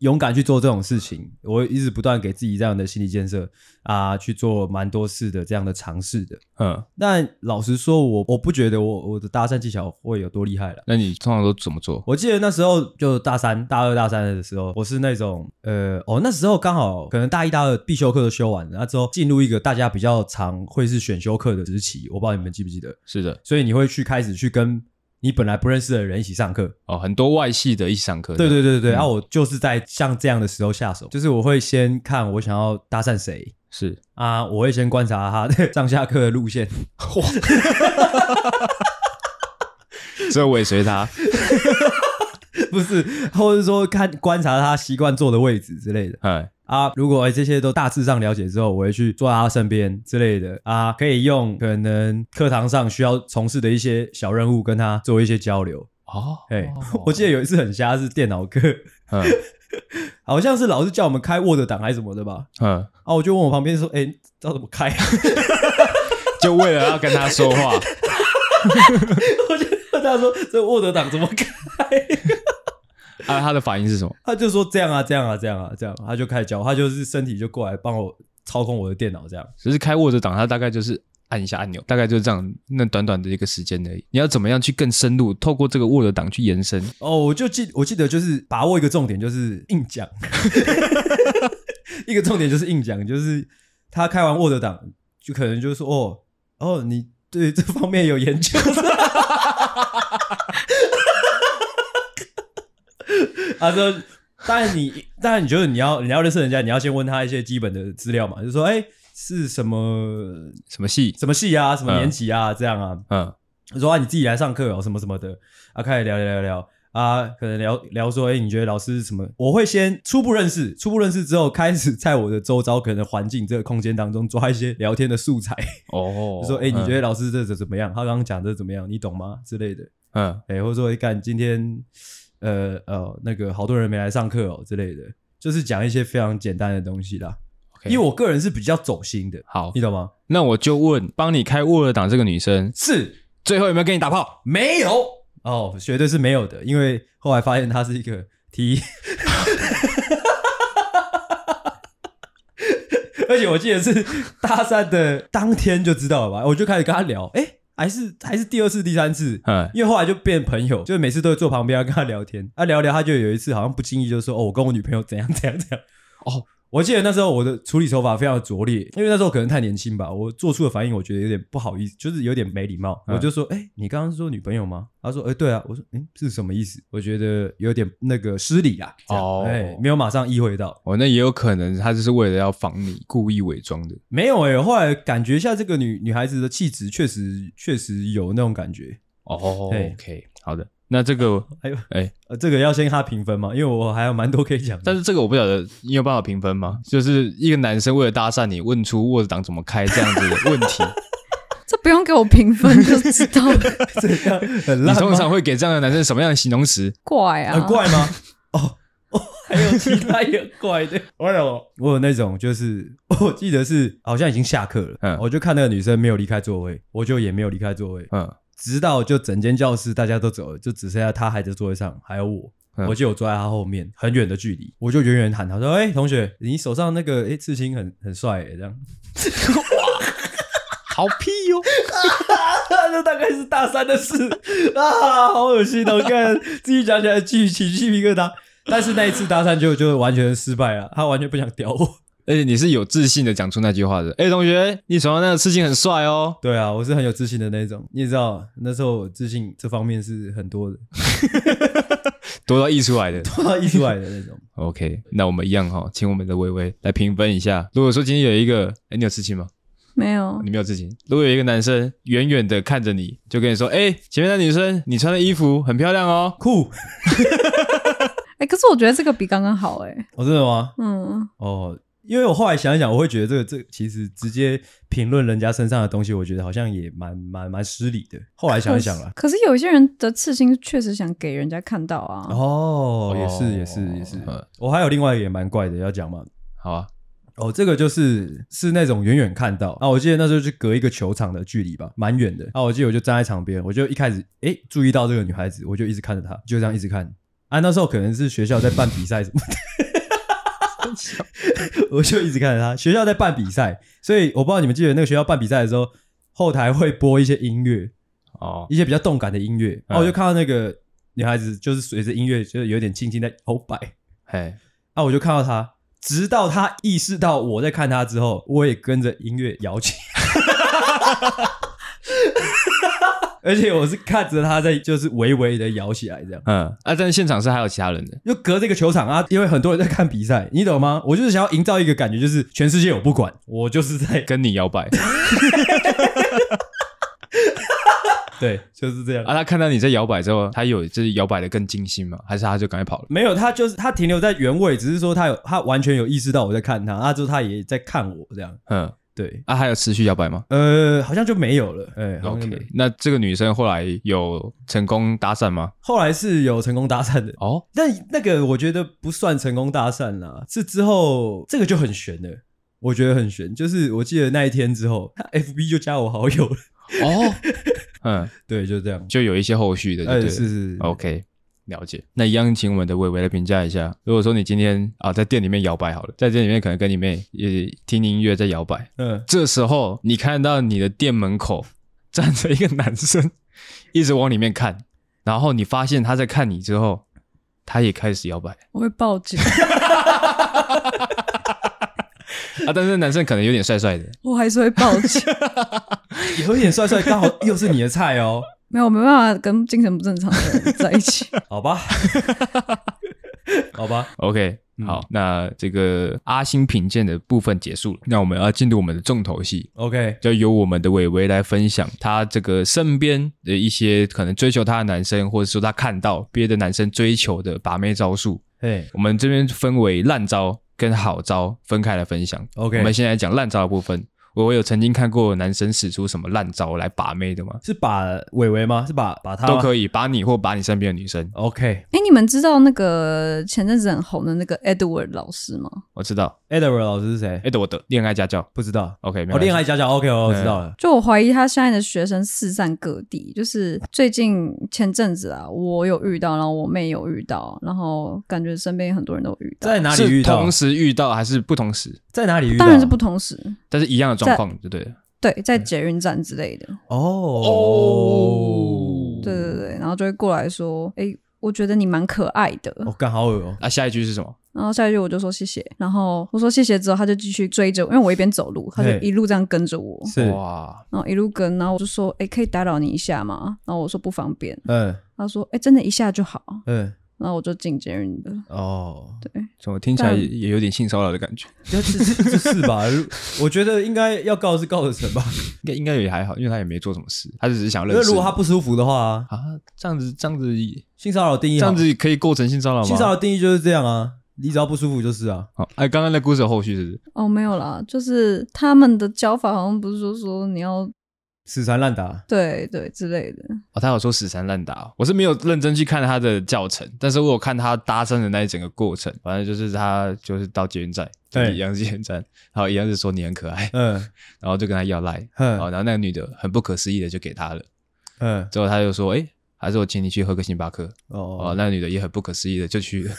Speaker 2: 勇敢去做这种事情。我一直不断给自己这样的心理建设啊，去做蛮多次的这样的尝试的。
Speaker 1: 嗯，
Speaker 2: 但老实说，我我不觉得我我的搭讪技巧会有多厉害了。
Speaker 1: 那你通常都怎么做？
Speaker 2: 我记得那时候就大三、大二、大三的时候，我是那种呃，哦，那时候刚好可能大一、大二必修课都修完了，那之后进入一个大家比较常会是选修课的时期，我不知道你们记不记得，
Speaker 1: 是的，
Speaker 2: 所以你会去开始去跟你本来不认识的人一起上课，
Speaker 1: 哦，很多外系的一起上课，
Speaker 2: 对对对对对，
Speaker 1: 嗯
Speaker 2: 然后、啊、我就是在像这样的时候下手，就是我会先看我想要搭讪谁
Speaker 1: 是
Speaker 2: 啊，我会先观察他的 上下课的路线，
Speaker 1: 这尾随他，
Speaker 2: 不是，或者说看观察他习惯坐的位置之类的
Speaker 1: 哎，
Speaker 2: 啊。如果、哎这些都大致上了解之后，我会去坐在他身边之类的啊，可以用可能课堂上需要从事的一些小任务跟他做一些交流。
Speaker 1: 哦，
Speaker 2: 哎、 我记得有一次很瞎是电脑课，
Speaker 1: 嗯
Speaker 2: 好像是老师叫我们开 Word 档还是什么的吧？
Speaker 1: 嗯，
Speaker 2: 啊，我就问我旁边说，哎、知道怎么开、啊？
Speaker 1: 就为了要跟他说 话，
Speaker 2: 我就问他说：“这沃德党怎么开
Speaker 1: 啊，他的反应是什么？”
Speaker 2: 他就说：“这样啊，这样啊，这样啊，这样啊。”他就开始教我，他就是身体就过来帮我操控我的电脑，这样。
Speaker 1: 只是开 Word 档，它大概就是按一下按钮，大概就是这样，那短短的一个时间而已。你要怎么样去更深入，透过这个 Word 档去延伸？
Speaker 2: 哦，我就记，我记得就是把握一个重点，就是硬讲。 一个重点就是硬讲，就是他开完沃德党，就可能就是说：“哦，哦，你对这方面有研究。” 他说，当然啊你，当然你觉得你要你要认识人家，你要先问他一些基本的资料嘛，就说哎、是什么
Speaker 1: 什么戏？
Speaker 2: 什么系啊，什么
Speaker 1: 嗯
Speaker 2: 年级啊，这样啊，
Speaker 1: 嗯，
Speaker 2: 他说啊你自己来上课哦，什么什么的啊，开始聊聊聊聊啊，可能聊聊说，哎、你觉得老师是什么？我会先初步认识，初步认识之后，开始在我的周遭可能环境这个空间当中抓一些聊天的素材，
Speaker 1: 哦
Speaker 2: 就说，哎、你觉
Speaker 1: 得？
Speaker 2: 得老师这怎么样？他刚刚讲的怎么样？你懂吗？之类的，
Speaker 1: 嗯，
Speaker 2: 哎、或者说，哎、干今天呃呃那个好多人没来上课哦之类的，就是讲一些非常简单的东西啦。
Speaker 1: OK
Speaker 2: 因为我个人是比较走心的，
Speaker 1: 好
Speaker 2: 你，懂吗？
Speaker 1: 那我就问，帮你开 Word 档这个女生，
Speaker 2: 是
Speaker 1: 最后有没有跟你打炮？
Speaker 2: 没有哦，绝对是没有的，因为后来发现他是一个 T，而且我记得是大三的当天就知道了吧，我就开始跟他聊，哎、还是还是第二次、第三次。
Speaker 1: 嗯，
Speaker 2: 因为后来就变朋友，就是每次都会坐旁边要跟他聊天，啊聊聊，他就有一次好像不经意就说：“哦，我跟我女朋友怎样怎样怎样。”
Speaker 1: 哦，
Speaker 2: 我记得那时候我的处理手法非常拙劣，因为那时候可能太年轻吧，我做出的反应我觉得有点不好意思，就是有点没礼貌。
Speaker 1: 嗯
Speaker 2: 我就说：“哎、你刚刚说女朋友吗？”他说：“哎、对啊。”我说：“嗯，是什么意思？”我觉得有点那个失礼啊。这样
Speaker 1: 哦
Speaker 2: 哎、没有马上意会到，
Speaker 1: 哦，那也有可能他就是为了要防你，故意伪装的。
Speaker 2: 没有哎、后来感觉一下这个女女孩子的气质，确实确实有那种感觉。
Speaker 1: 哦
Speaker 2: 对
Speaker 1: ，OK，好的。那这个，
Speaker 2: 还有，
Speaker 1: 哎
Speaker 2: 呃，这个要先跟她评分嘛，因为我还有蛮多可以讲的。
Speaker 1: 但是这个我不晓得你有办法评分吗？就是一个男生为了搭讪你，问出 Word 档怎么开这样子的问题，
Speaker 3: 这不用给我评 分就知道了，
Speaker 2: 这样很
Speaker 1: 你
Speaker 2: 烂吗
Speaker 1: 通常会给这样的男生什么样的形容词？
Speaker 3: 怪啊，
Speaker 2: 很怪吗？哦哦，还有其他也怪的。 我有我有那种，就是我记得是好像已经下课了，
Speaker 1: 嗯
Speaker 2: 我就看那个女生没有离开座位，我就也没有离开座位，
Speaker 1: 嗯，
Speaker 2: 直到就整间教室大家都走了，就只剩下她还在座位上，还有我。
Speaker 1: 嗯
Speaker 2: 我就有坐在她后面很远的距离，我就远远喊她说：“哎、同学，你手上那个哎、刺青很很帅、欸，这样。
Speaker 1: 好屁哦哟、
Speaker 2: 那大概是大三的事啊，好恶心哦！看自己讲起来起起鸡皮疙瘩。但是那一次搭讪就就完全失败了，他完全不想屌我。
Speaker 1: 而且你是有自信的讲出那句话的。哎、同学，你手上那个刺青很帅哦。
Speaker 2: 对啊，我是很有自信的那种，你也知道，那时候我自信这方面是很多 的，
Speaker 1: 多到溢出 来的。
Speaker 2: 溢出来的那种。
Speaker 1: OK，那我们一样哈、请我们的微微来评分一下。如果说今天有一个，哎、你有刺青吗？
Speaker 3: 没有
Speaker 1: 你没有自信。如果有一个男生远远的看着你，就跟你说：“哎、前面那女生，你穿的衣服很漂亮哦。
Speaker 2: 酷，
Speaker 3: 哎、可是我觉得这个比刚刚好哎、
Speaker 2: 哦，真的吗？
Speaker 3: 嗯，
Speaker 2: 哦，因为我后来想一想，我会觉得这个这个其实直接评论人家身上的东西，我觉得好像也蛮蛮蛮失礼的。后来想一啊想啦，
Speaker 3: 可是有一些人的刺青确实想给人家看到啊，
Speaker 2: 哦，也是也是也是
Speaker 1: 嗯，
Speaker 2: 我还有另外一个也蛮怪的要讲嘛。”
Speaker 1: 好啊，
Speaker 2: 哦，这个就是是那种远远看到啊，我记得那时候就隔一个球场的距离吧，蛮远的啊。我记得我就站在场边，我就一开始诶注意到这个女孩子，我就一直看着她，就这样一直看啊。那时候可能是学校在办比赛什么的， 我就一直看着她。学校在办比赛，所以我不知道你们记得那个学校办比赛的时候，后台会播一些音乐，
Speaker 1: 哦，
Speaker 2: 一些比较动感的音乐，然后我就
Speaker 1: 嗯
Speaker 2: 看到那个女孩子就是随着音乐就是有点轻轻在摇摆。
Speaker 1: 嘿，
Speaker 2: 啊，我就看到他，直到他意识到我在看他之后，我也跟着音乐摇起。 而且我是看着他在，就是微微的摇起来，这样
Speaker 1: 嗯，啊，但是现场是还有其他人的，
Speaker 2: 就隔这个球场啊，因为很多人在看比赛，你懂吗？我就是想要营造一个感觉，就是全世界我不管，我就是在
Speaker 1: 跟你摇摆
Speaker 2: 对，就是这样
Speaker 1: 啊。他看到你在摇摆之后，他有就是摇摆的更精心嘛，还是他就赶快跑了？
Speaker 2: 没有，他就是他停留在原位，只是说他有他完全有意识到我在看他，啊，之后他也在看我这样，
Speaker 1: 嗯，
Speaker 2: 对，
Speaker 1: 啊，还有持续摇摆吗
Speaker 2: 呃，好像就没有了，哎、好像就没有
Speaker 1: ？OK，那这个女生后来有成功搭讪吗？
Speaker 2: 后来是有成功搭讪的，
Speaker 1: 哦，
Speaker 2: 但那个我觉得不算成功搭讪啦，是之后这个就很悬了，我觉得很悬。就是我记得那一天之后，他 FB 就加我好友了，
Speaker 1: 哦，嗯，
Speaker 2: 对，就这样。
Speaker 1: 就有一些后续的，对
Speaker 2: 哎，
Speaker 1: 了。
Speaker 2: 是是，
Speaker 1: OK，了解。那一样，请我们的伟伟来评价一下。如果说你今天啊在店里面摇摆好了，在店里面可能跟你妹也听音乐在摇摆，
Speaker 2: 嗯，
Speaker 1: 这时候你看到你的店门口站着一个男生，一直往里面看，然后你发现他在看你之后，他也开始摇摆
Speaker 3: 我会报警，
Speaker 1: 啊。但是男生可能有点帅帅的，
Speaker 3: 我还是会报 警。
Speaker 2: 有一点帅帅，刚好又是你的菜哦，
Speaker 3: 没有，我没办法跟精神不正常的人在一起。
Speaker 2: 好吧，好吧，
Speaker 1: OK，
Speaker 2: 嗯
Speaker 1: 好，那这个阿星评鉴的部分结束了，那我们要进入我们的重头戏。
Speaker 2: ，OK，
Speaker 1: 就由我们的伟伟来分享他这个身边的一些可能追求他的男生，或者说他看到别的男生追求的把妹招数。
Speaker 2: 嘿，
Speaker 1: 我们这边分为烂招跟好招分开来分享。
Speaker 2: OK
Speaker 1: 我们先来讲烂招的部分。我有曾经看过男生使出什么烂招来把妹的吗？
Speaker 2: 是把伟伟吗？是把把他
Speaker 1: 都
Speaker 2: 以
Speaker 1: 可以把你或把你身边的女生。
Speaker 2: ，OK。
Speaker 3: 哎、你们知道那个前阵子很红的那个 Edward 老师吗？
Speaker 1: 我知道哎
Speaker 2: Edward 老师是谁？
Speaker 1: ，Edward 恋爱家教。
Speaker 2: 不知道。
Speaker 1: OK，没
Speaker 2: 哦，
Speaker 1: 有
Speaker 2: 恋爱家教，OK，哦，我知道了。
Speaker 3: 就我怀疑他现在的学生四散各地，就是最近前阵子啊，我有遇到，然后我妹有遇到，然后感觉身边很多人都有遇到，
Speaker 2: 在哪里
Speaker 1: 是
Speaker 2: 遇到
Speaker 1: 同？时遇到还是不同时？
Speaker 2: 在哪里遇到？嗯
Speaker 3: 当然是不同时，
Speaker 1: 但是一样的状况，就对了。
Speaker 3: 对，在捷运站之类的，
Speaker 2: 哦
Speaker 1: 哦
Speaker 3: 对对对，然后就会过来说，哎、我觉得你蛮可爱的，
Speaker 2: 哦，干好恶哦。
Speaker 1: 啊，下一句是什么？
Speaker 3: 然后下一句我就说谢谢，然后我说谢谢之后，他就继续追着我，因为我一边走路，他就
Speaker 2: 嘿
Speaker 3: 一路这样跟着我，
Speaker 2: 是，
Speaker 1: 哇，
Speaker 3: 然后一路跟，然后我就说，哎、可以打扰你一下吗？然后我说不方便，
Speaker 2: 嗯
Speaker 3: 他说，哎、真的一下就好，
Speaker 2: 嗯，
Speaker 3: 然后我就进捷运的，
Speaker 2: 哦，
Speaker 3: 对，
Speaker 1: 怎么听起来
Speaker 3: 但
Speaker 1: 也也有点性骚扰的感觉？
Speaker 2: 这这这是吧？ 如我觉得应该要告是告得成吧，
Speaker 1: 应该应该也还好，因为他也没做什么事，他只是想
Speaker 2: 因
Speaker 1: 认
Speaker 2: 为
Speaker 1: 识你。
Speaker 2: 如果他不舒服的话，
Speaker 1: 啊，这样子这样子
Speaker 2: 性骚扰定义
Speaker 1: 这
Speaker 2: 好
Speaker 1: 样，子可以构成性骚扰吗？
Speaker 2: 性骚扰定义就是这样啊，你只要不舒服就是啊。
Speaker 1: 好，哎，刚刚那故事有后续是不是？
Speaker 3: 哦，没有啦，就是他们的教法好像不是说说你要
Speaker 2: 死缠烂打，
Speaker 3: 对对之类的，
Speaker 1: 哦，他有说死缠烂打哦，我是没有认真去看他的教程，但是我有看他搭讪的那一整个过程，反正就是他就是到捷运站，
Speaker 2: 对
Speaker 1: 就一样是捷运站，然后一样是说你很可爱，
Speaker 2: 嗯
Speaker 1: 然后就跟他要赖，然后
Speaker 2: 嗯
Speaker 1: 然后那个女的很不可思议的就给他了，
Speaker 2: 嗯，
Speaker 1: 之后他就说，哎，还是我请你去喝个星巴克，哦，
Speaker 2: 哦，
Speaker 1: 那个女的也很不可思议的就去了，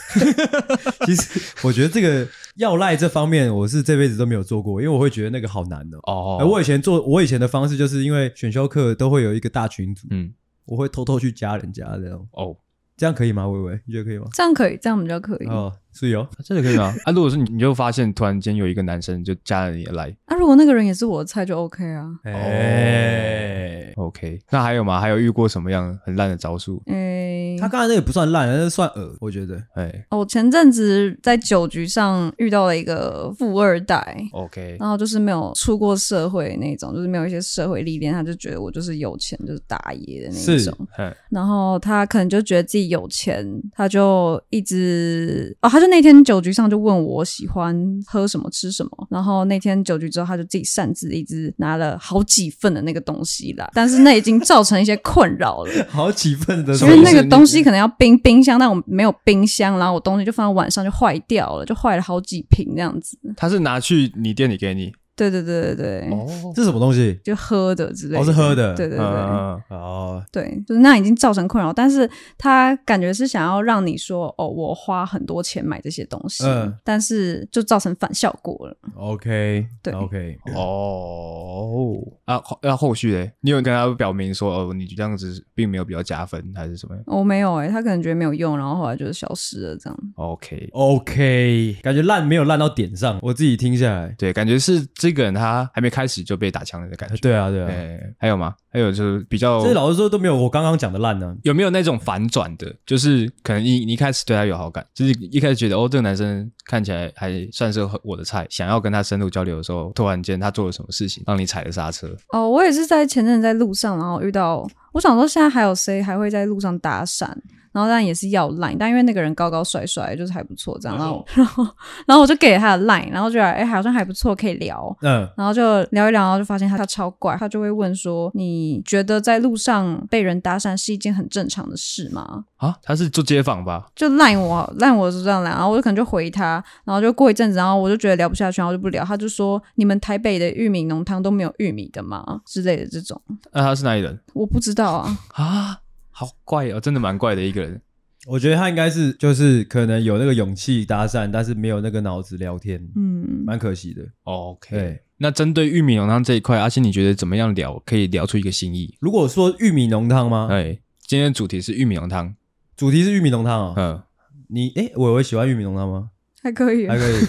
Speaker 2: 其实我觉得这个要赖这方面，我是这辈子都没有做过，因为我会觉得那个好难哦。
Speaker 1: 哦
Speaker 2: 哎，我以前做，我以前的方式就是因为选修课都会有一个大群组，
Speaker 1: 嗯
Speaker 2: 我会偷偷去加人家这样，
Speaker 1: 哦，
Speaker 2: 这样可以吗？微微，你觉得可以吗？
Speaker 3: 这样可以，这样比较可以。
Speaker 2: 哦，是有，
Speaker 1: 啊真的可以吗？啊，如果说你你就发现突然间有一个男生就加了你的 line
Speaker 3: 啊，如果那个人也是我的菜就 OK 啊。
Speaker 2: 哎，
Speaker 1: OK，那还有吗？还有遇过什么样很烂的招数？
Speaker 3: 诶、对
Speaker 2: 他，刚才那也不算烂，那是算恶，我觉得。
Speaker 1: 哎
Speaker 3: 哦我前阵子在酒局上遇到了一个富二代。
Speaker 1: ，OK，
Speaker 3: 然后就是没有出过社会那种，就是没有一些社会历练，他就觉得我就是有钱，就是大爷的那
Speaker 2: 是
Speaker 3: 种。
Speaker 1: 哎
Speaker 3: 然后他可能就觉得自己有钱，他就一直哦，他就那天酒局上就问我喜欢喝什么吃什么，然后那天酒局之后他就自己擅自一直拿了好几份的那个东西来，但是那已经造成一些困扰了。
Speaker 2: 好几份的
Speaker 3: 因
Speaker 1: 么
Speaker 3: 为
Speaker 1: 意
Speaker 3: 那
Speaker 1: 思
Speaker 3: 个
Speaker 1: 你
Speaker 3: 东西可能要冰冰箱，但我没有冰箱，然后我东西就放在晚上就坏掉了，就坏了好几瓶这样子。
Speaker 1: 他是拿去你店里给你
Speaker 3: 对对对对对，
Speaker 1: 哦，
Speaker 2: 这是什么东西？
Speaker 3: 就喝的之类的。
Speaker 2: 哦是喝的
Speaker 3: 嗯对对对。
Speaker 1: 嗯，
Speaker 2: 哦，
Speaker 3: 对，就是那已经造成困扰，但是他感觉是想要让你说，哦，我花很多钱买这些东西，
Speaker 2: 嗯
Speaker 3: 但是就造成反效果了。
Speaker 2: OK，
Speaker 3: 对
Speaker 2: o k
Speaker 1: 哦啊，后那后续嘞，你有跟他表明说哦，你这样子并没有比较加分还是什么
Speaker 3: 我、没有哎、他可能觉得没有用，然后后来就是消失了这样。
Speaker 1: ？OK，
Speaker 2: OK，感觉烂没有烂到点上，我自己听下来，
Speaker 1: 对，感觉是这个人他还没开始就被打枪了的感觉。
Speaker 2: 对啊，对啊，
Speaker 1: 哎，还有吗？还有就是比较
Speaker 2: 这老实说都没有我刚刚讲的烂啊呢、
Speaker 1: 有没有那种反转的，就是可能一你一开始对他有好感，就是一开始觉得哦，这个男生看起来还算是我的菜，想要跟他深入交流的时候，突然间他做了什么事情让你踩了刹车？
Speaker 3: 哦，我也是在前阵子在路上，然后遇到，我想说现在还有谁还会在路上搭讪，然后但也是要 line，但因为那个人高高帅帅，就是还不错这样，然后然后然后我就给了他的 line，然后觉得哎、好像还不错，可以聊，
Speaker 2: 嗯，
Speaker 3: 然后就聊一聊，然后就发现他他超怪，他就会问说：“你觉得在路上被人搭讪是一件很正常的事吗
Speaker 1: 啊，他是做街访吧？”？
Speaker 3: 就赖我赖我是这样来，然后我就可能就回他，然后就过一阵子，然后我就觉得聊不下去，然后就不聊。他就说：“你们台北的玉米浓汤都没有玉米的吗？”之类的这种，
Speaker 1: 那、他是哪里人
Speaker 3: 我不知道啊。
Speaker 1: 啊？好怪哦，真的蛮怪的一个人。
Speaker 2: 我觉得他应该是就是可能有那个勇气搭讪，但是没有那个脑子聊天，
Speaker 3: 嗯，
Speaker 2: 蛮可惜的。
Speaker 1: 哦 OK，
Speaker 2: 对，
Speaker 1: 那针对玉米浓汤这一块，阿信你觉得怎么样聊可以聊出一个新意？
Speaker 2: 如果说玉米浓汤吗？
Speaker 1: 哎，今天的主题是玉米浓汤，
Speaker 2: 主题是玉米浓汤哦。
Speaker 1: 嗯，
Speaker 2: 你哎，伟伟喜欢玉米浓汤吗？
Speaker 3: 还可以
Speaker 2: 还可以。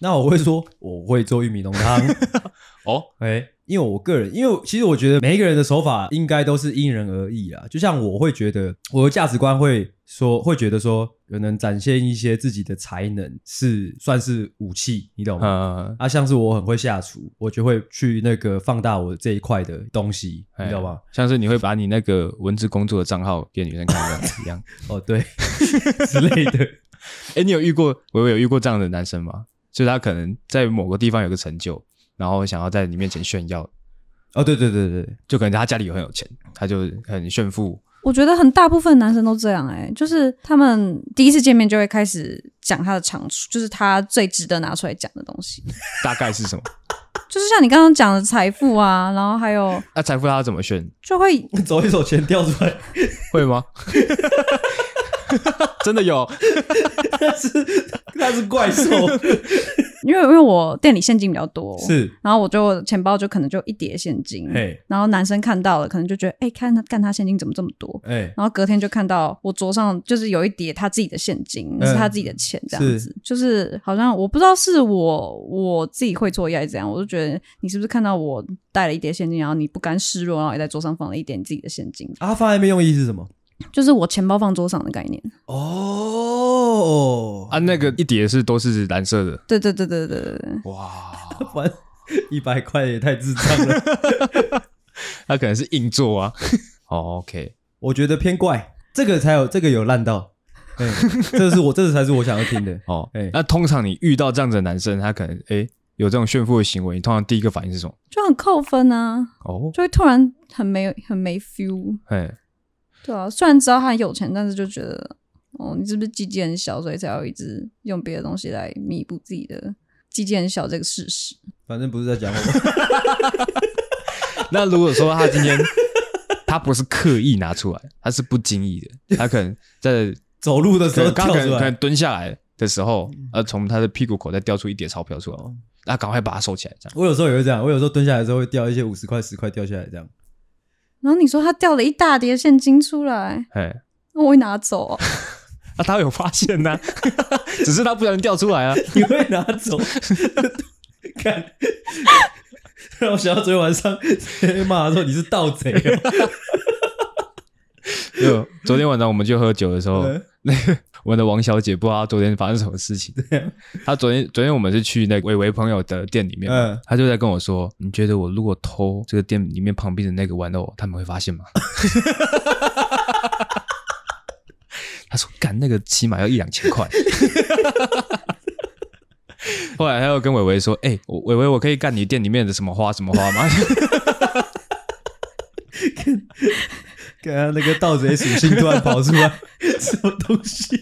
Speaker 2: 那我会说我会做玉米浓汤，
Speaker 1: 哦，
Speaker 2: 哎，因为我个人，因为其实我觉得每一个人的手法应该都是因人而异啦。就像我会觉得，我的价值观会说，会觉得说，可能展现一些自己的才能是算是武器，你懂吗？
Speaker 1: 嗯，
Speaker 2: 啊，像是我很会下厨，我就会去那个放大我这一块的东西，你
Speaker 1: 哎
Speaker 2: 知道吗？？
Speaker 1: 像是你会把你那个文字工作的账号给女生看的 一样。
Speaker 2: 哦，对， 之类的。
Speaker 1: 哎、你有遇过，我有遇过这样的男生吗？就是他可能在某个地方有个成就，然后想要在你面前炫耀，
Speaker 2: 哦，对对对对，
Speaker 1: 就可能他家里很有钱，他就很炫富。
Speaker 3: 我觉得很大部分男生都这样哎、就是他们第一次见面就会开始讲他的长处，就是他最值得拿出来讲的东西。
Speaker 1: 大概是什么？
Speaker 3: 就是像你刚刚讲的财富啊，然后还有
Speaker 1: 那财富他要怎么炫？
Speaker 3: 就会
Speaker 2: 走一走钱掉出 来，
Speaker 1: 会 吗？真的有
Speaker 2: 但是那是怪兽，
Speaker 3: 因为因为我店里现金比较多，，
Speaker 2: 是，哎
Speaker 3: 然后我就钱包就可能就一叠现金，
Speaker 2: 嘿，
Speaker 3: 然后男生看到了可能就觉得，哎、看他干他现金怎么这么多，
Speaker 2: 哎，
Speaker 3: 然后隔天就看到我桌上就是有一叠他自己的现金，那是他自己的钱，这样子，嗯就是好像我不知道是我我自己会作业还是怎样，我就觉得你是不是看到我带了一叠现金，然后你不甘示弱，然后也在桌上放了一点自己的现金，
Speaker 2: 啊，放在那边用意是什么？
Speaker 3: 就是我钱包放桌上的概念，
Speaker 2: 哦，
Speaker 1: 啊，那个一叠是都是蓝色的，
Speaker 3: 对对对对对对对，
Speaker 1: 哇，
Speaker 2: 反一百块也太智障了，
Speaker 1: 他可能是硬做啊。 哦 OK，
Speaker 2: 我觉得偏怪，这个才有这个有烂到，哎，这是我这才是我想要听的。
Speaker 1: 哦，
Speaker 2: 哎
Speaker 1: 那通常你遇到这样子的男生，他可能哎、有这种炫富的行为，你通常第一个反应是什么？
Speaker 3: 就很扣分啊。
Speaker 1: 哦，
Speaker 3: 就会突然很没很没 feel。
Speaker 1: 哎，
Speaker 3: 对啊，虽然知道他很有钱，但是就觉得，哦，你是不是鸡鸡很小，所以才要一直用别的东西来弥补自己的鸡鸡很小这个事实？
Speaker 2: 反正不是在讲我，
Speaker 1: 那如果说他今天 他不是刻意拿出来，他是不经意的，他可能在
Speaker 2: 走路的时
Speaker 1: 可能他
Speaker 2: 候
Speaker 1: 可
Speaker 2: 跳
Speaker 1: 能
Speaker 2: 出
Speaker 1: 可
Speaker 2: 来嗯
Speaker 1: 能，蹲下来的时候，呃，从他的屁股口袋掉出一叠钞票出来，
Speaker 2: 哦
Speaker 1: 那赶快把它收起来，这样。
Speaker 2: 我有时候也会这样，我有时候蹲下来的时候会掉一些五十块、十块掉下来，这样
Speaker 3: 然后你说他掉了一大叠现金出来，
Speaker 1: 哎，
Speaker 3: 那我会拿走 哦、
Speaker 1: 那、他啊有发现 呢、只是他不小心掉出来啊。
Speaker 2: 你会拿走。 看， 让我想到昨 啊天晚上骂他说你是盗贼、哦，
Speaker 1: 就昨昨天晚上我们去喝酒的时候，
Speaker 2: 嗯
Speaker 1: 那个我们的王小姐不知道她昨天发生什么事 情。她昨天昨天我们是去那个伟伟朋友的店里面嘛，
Speaker 2: 嗯
Speaker 1: 她就在跟我说：“你觉得我如果偷这个店里面旁边的那个玩偶，他们会发 现吗？”她说：“干那个起码要一两千块。” 后来她又跟伟伟说：“哎、我伟伟，我可以干你店里面的什么花什么花吗？”
Speaker 2: 刚刚那个盗贼属性突然跑出 来，什么东西？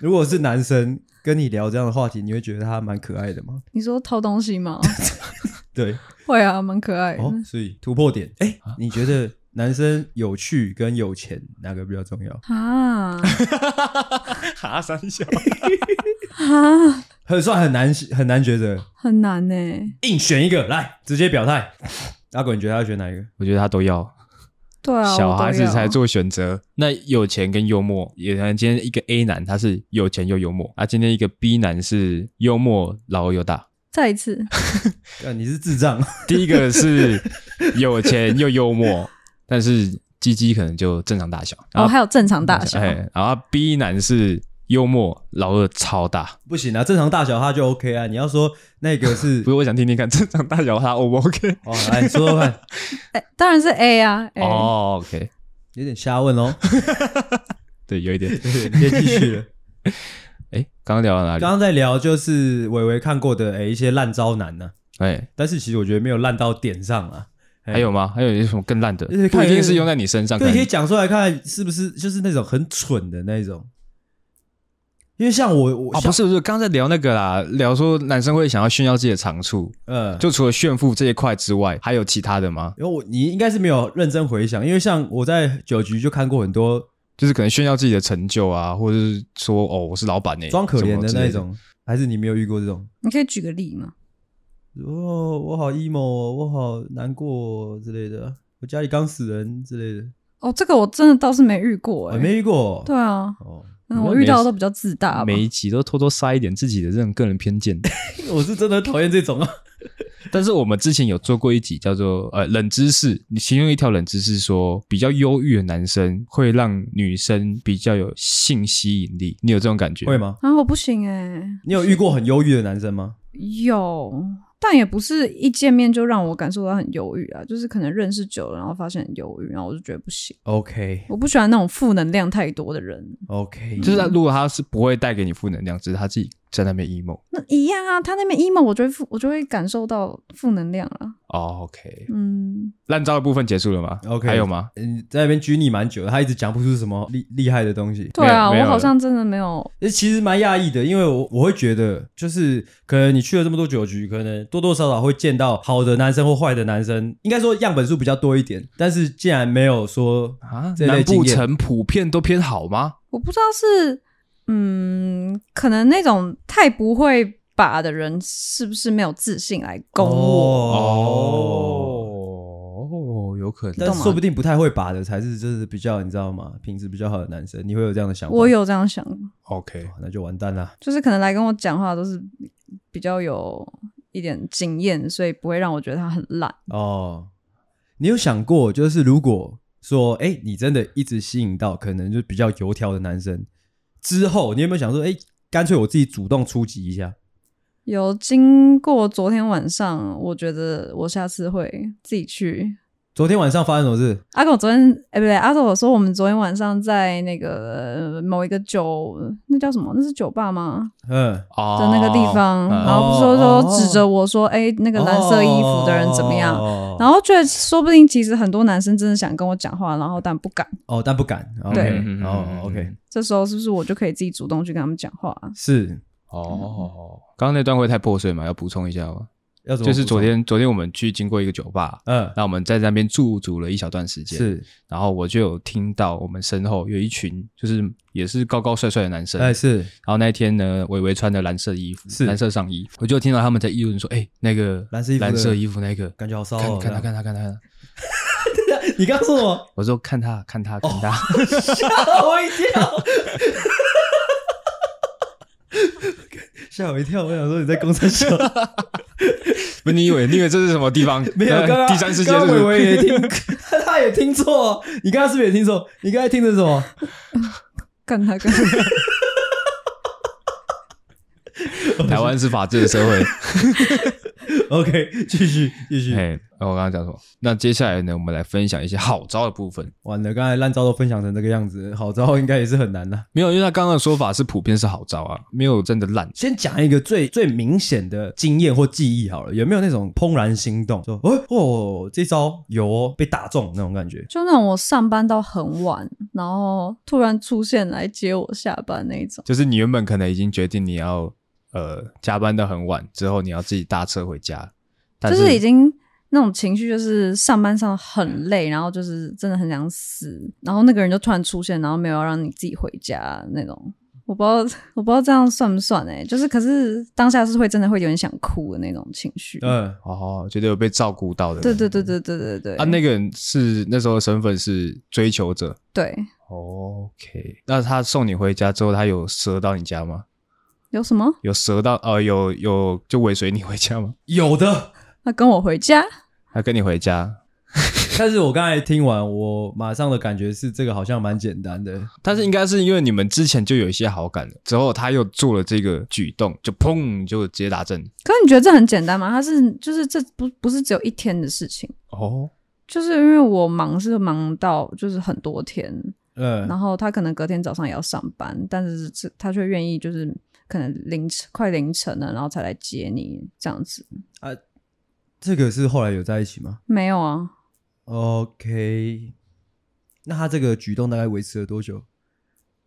Speaker 2: 如果是男生跟你聊这样的话题，你会觉得他蛮可爱的吗？
Speaker 3: 你说偷东西吗？
Speaker 2: 对，
Speaker 3: 会啊，蛮可爱的。
Speaker 2: 哦，所以突破点，哎、你觉得男生有趣跟有钱哪个比较重要？
Speaker 3: 啊
Speaker 1: 哈三笑。
Speaker 3: 啊，
Speaker 2: 很算很难很难抉择，
Speaker 3: 很难呢、
Speaker 2: 硬选一个来，直接表态。阿狗，你觉得他要选哪一个？
Speaker 1: 我觉得他都要。
Speaker 3: 对啊，
Speaker 1: 小孩
Speaker 3: 我
Speaker 1: 子
Speaker 3: 都要
Speaker 1: 才。做选择。那有钱跟幽默，也可能今天一个 A 男他是有钱又幽默，啊，今天一个 B 男是幽默老而又大。
Speaker 3: 再一次，
Speaker 2: 啊，你是智障，
Speaker 1: 第一个是有钱又幽默， 但是鸡鸡可能就正常大小。
Speaker 3: 哦，
Speaker 1: 然后
Speaker 3: 还有正常大小，
Speaker 1: 啊哎，然后 B 男是幽默老二超大。
Speaker 2: 不行啊，正常大小他就 OK 啊。你要说那个 是
Speaker 1: 不，过我想听听看 正常大小他 O 不 OK？
Speaker 2: 哦，来你说说看，
Speaker 3: 哎、当然是 A 啊。A
Speaker 1: 哦，OK，
Speaker 2: 有点瞎问哦，
Speaker 1: 对，有一点。
Speaker 2: 对你可以继续了。
Speaker 1: 哎，刚刚聊到哪里
Speaker 2: 刚？刚在聊就是伟伟看过的哎诶、一些烂招男呢、
Speaker 1: 哎，
Speaker 2: 但是其实我觉得没有烂到点上啊。哎
Speaker 1: 还有吗？还有什么更烂的？
Speaker 2: 就是
Speaker 1: 不
Speaker 2: 看
Speaker 1: 一定是用在你身上，可
Speaker 2: 对，可以
Speaker 1: 能
Speaker 2: 讲出来看是不是就是那种很蠢的那种。因为像我，我
Speaker 1: 哦，不
Speaker 2: 像
Speaker 1: 是不是，刚才聊那个啦，聊说男生会想要炫耀自己的长处，
Speaker 2: 呃，
Speaker 1: 就除了炫富这一块之外，还有其他的吗？
Speaker 2: 因为我你应该是没有认真回想，因为像我在酒局就看过很多
Speaker 1: 就是可能炫耀自己的成就啊，或者是说哦，我是老板呢、
Speaker 2: 装可怜
Speaker 1: 什么
Speaker 2: 的
Speaker 1: 之
Speaker 2: 那
Speaker 1: 类。
Speaker 2: 种，还是你没有遇过这种？
Speaker 3: 你可以举个例吗？
Speaker 2: 哦，我好 emo，哦，我好难过哦之类的，我家里刚死人之类的，
Speaker 3: 哦，这个我真的倒是没遇过、
Speaker 2: 我、
Speaker 1: 哦
Speaker 3: 哎、
Speaker 2: 没遇过。
Speaker 3: 对啊，
Speaker 2: 哦，
Speaker 3: 嗯，
Speaker 1: 我
Speaker 3: 我
Speaker 1: 没
Speaker 3: 遇到的都比较自大吧。
Speaker 1: 每一集都偷偷塞一点自己的这种个人偏见，
Speaker 2: 我是真的讨厌这种啊。
Speaker 1: 但是我们之前有做过一集叫做呃冷知识，你其中一条冷知识说，比较忧郁的男生会让女生比较有性吸引力，你有这种感觉
Speaker 2: 会？吗？
Speaker 3: 啊，我不行哎、
Speaker 2: 你有遇过很忧郁的男生吗？
Speaker 3: 有，但也不是一见面就让我感受到很忧郁啊，就是可能认识久了，然后发现很忧郁，然后我就觉得不行，
Speaker 2: OK
Speaker 3: 我不喜欢那种负能量太多的人。
Speaker 2: OK，
Speaker 1: 就是他如果他是不会带给你负能量，只是他自己在那边 emo。
Speaker 3: 那一样啊，他那边 emo，我就会负，我就会感受到负能量啊。
Speaker 1: 哦，OK，
Speaker 3: 嗯，
Speaker 1: 烂招的部分结束了吗
Speaker 2: OK
Speaker 1: 还有吗？
Speaker 2: 嗯，在那边拘泥蛮久的，他一直讲不出什么厉厉害的东西，
Speaker 3: 对啊，
Speaker 1: 没有
Speaker 3: 我
Speaker 1: 了
Speaker 3: 好像真的没有，
Speaker 2: 呃其实蛮讶异的，因为我我会觉得，就是可能你去了这么多酒局，可能多多少少会见到好的男生或坏的男生，应该说样本数比较多一点，但是竟然没有说
Speaker 1: 啊，
Speaker 2: 这类
Speaker 1: 南部
Speaker 2: 经验
Speaker 1: 城普遍都偏好吗？
Speaker 3: 我不知道是，嗯，可能那种太不会把的人，是不是没有自信来攻我？
Speaker 2: 哦。
Speaker 1: 哦，有可
Speaker 2: 但
Speaker 1: 能
Speaker 3: 懂吗
Speaker 2: 说不定不太会把的才是，就是比较你知道吗？品质比较好的男生，你会有这样的想法？哦
Speaker 3: 我，有这样想，
Speaker 1: ，OK，
Speaker 2: 那就完蛋啦。
Speaker 3: 就是可能来跟我讲话都是比较有一点经验，所以不会让我觉得他很烂。
Speaker 2: 哦，你有想过，就是如果说，哎、你真的一直吸引到可能就比较油条的男生之后，你有没有想说，哎、干脆我自己主动出击一下？
Speaker 3: 有经过昨天晚上，我觉得我下次会自己去。
Speaker 2: 昨天晚上发生什么事？
Speaker 3: 阿狗昨天，哎、不对，阿狗我说我们昨天晚上在那个呃某一个酒，那叫什么？那是酒吧吗？
Speaker 2: 嗯，
Speaker 1: 哦
Speaker 3: 的那个地方，然后不是说
Speaker 2: 哦
Speaker 3: 说指着我说，哎、那个蓝色衣服的人怎么样？
Speaker 2: 哦、
Speaker 3: 然后觉得说不定其实很多男生真的想跟我讲话，然后但不敢。
Speaker 2: 哦，但不敢。
Speaker 1: 嗯
Speaker 3: 对
Speaker 2: OK，哦，OK，
Speaker 3: 这时候是不是我就可以自己主动去跟他们讲话、啊？
Speaker 2: 是
Speaker 1: 哦，刚刚那段会太破碎嘛，要补充一下吗？
Speaker 2: 要怎么？
Speaker 1: 就是昨，天，昨天我们去经过一个酒吧，
Speaker 2: 嗯，
Speaker 1: 那我们在那边驻足了一小段时间，，
Speaker 2: 是，
Speaker 1: 然后我就有听到我们身后有一群就是也是高高帅帅的男生，
Speaker 2: 哎，是，
Speaker 1: 然后那一天呢，伟伟穿的蓝色衣服，
Speaker 2: 是
Speaker 1: 蓝色上衣，我就听到他们在议论说，哎，那个
Speaker 2: 蓝色衣服的
Speaker 1: 蓝色衣服那个，
Speaker 2: 感觉好骚
Speaker 1: 看
Speaker 2: 哦。
Speaker 1: 看他看他看他，
Speaker 2: 他，你刚说 什么？
Speaker 1: 我说看他看他看他。
Speaker 2: 吓我一跳！ 吓我一跳！我想说你在公山笑，
Speaker 1: 不，你以为你以为这是什么地方？
Speaker 2: 没有
Speaker 1: 呃
Speaker 2: 刚刚
Speaker 1: 第三世界
Speaker 2: 刚
Speaker 1: 是
Speaker 2: 刚
Speaker 1: 不是
Speaker 2: 伟伟也听，他他也听错，你刚才是不是也听错？你刚才听的是什 么？
Speaker 3: 干他干他！
Speaker 1: 台湾是法治的社 会。
Speaker 2: OK，继续继续。
Speaker 1: 哎，哦我刚刚讲什么？那接下来呢，我们来分享一些好招的部分。
Speaker 2: 完了，刚才烂招都分享成这个样子，好招应该也是很难的。
Speaker 1: 没有，因为他刚刚的说法是普遍是好招啊，没有真的烂。
Speaker 2: 先讲一个最最明显的经验或记忆好了，有没有那种怦然心动，说哦哦这招有哦被打中那种感觉？
Speaker 3: 就那种我上班到很晚，然后突然出现来接我下班那一种。
Speaker 1: 就是你原本可能已经决定你要呃加班到很晚之后，你要自己搭车回家，但
Speaker 3: 就是已经那种情绪，就是上班上得很累，然后就是真的很想死，然后那个人就突然出现，然后没有要让你自己回家那种。我不知道， 我不知道这样算不算哎、就是可是当下是会真的会有点想哭的那种情绪。
Speaker 2: 嗯，
Speaker 1: 哦觉得有被照顾到的。
Speaker 3: 对对对对对对对，
Speaker 1: 啊，那个人是那时候的身份是追求者。
Speaker 3: 对
Speaker 1: OK，那他送你回家之后，他有折到你家吗？
Speaker 3: 有什么？
Speaker 1: 有折到呃有有就尾随你回家吗？
Speaker 2: 有的。
Speaker 3: 他啊跟我回家，
Speaker 1: 他跟你回家，
Speaker 2: 但是我刚才听完，我马上的感觉是这个好像蛮简单的，
Speaker 1: 但是应该是因为你们之前就有一些好感了，之后他又做了这个举动，就砰就直接打正。
Speaker 3: 可是你觉得这很简单吗？他是就是这不不是只有一天的事情，
Speaker 1: 哦，
Speaker 3: 就是因为我忙是忙到就是很多天，
Speaker 2: 嗯，
Speaker 3: 然后他可能隔天早上也要上班，但是这他却愿意就是可能凌晨快凌晨了，然后才来接你这样子。
Speaker 2: 这个是后来有在一起吗
Speaker 3: 没有啊，
Speaker 2: ？OK，那他这个举动大概维持了多久？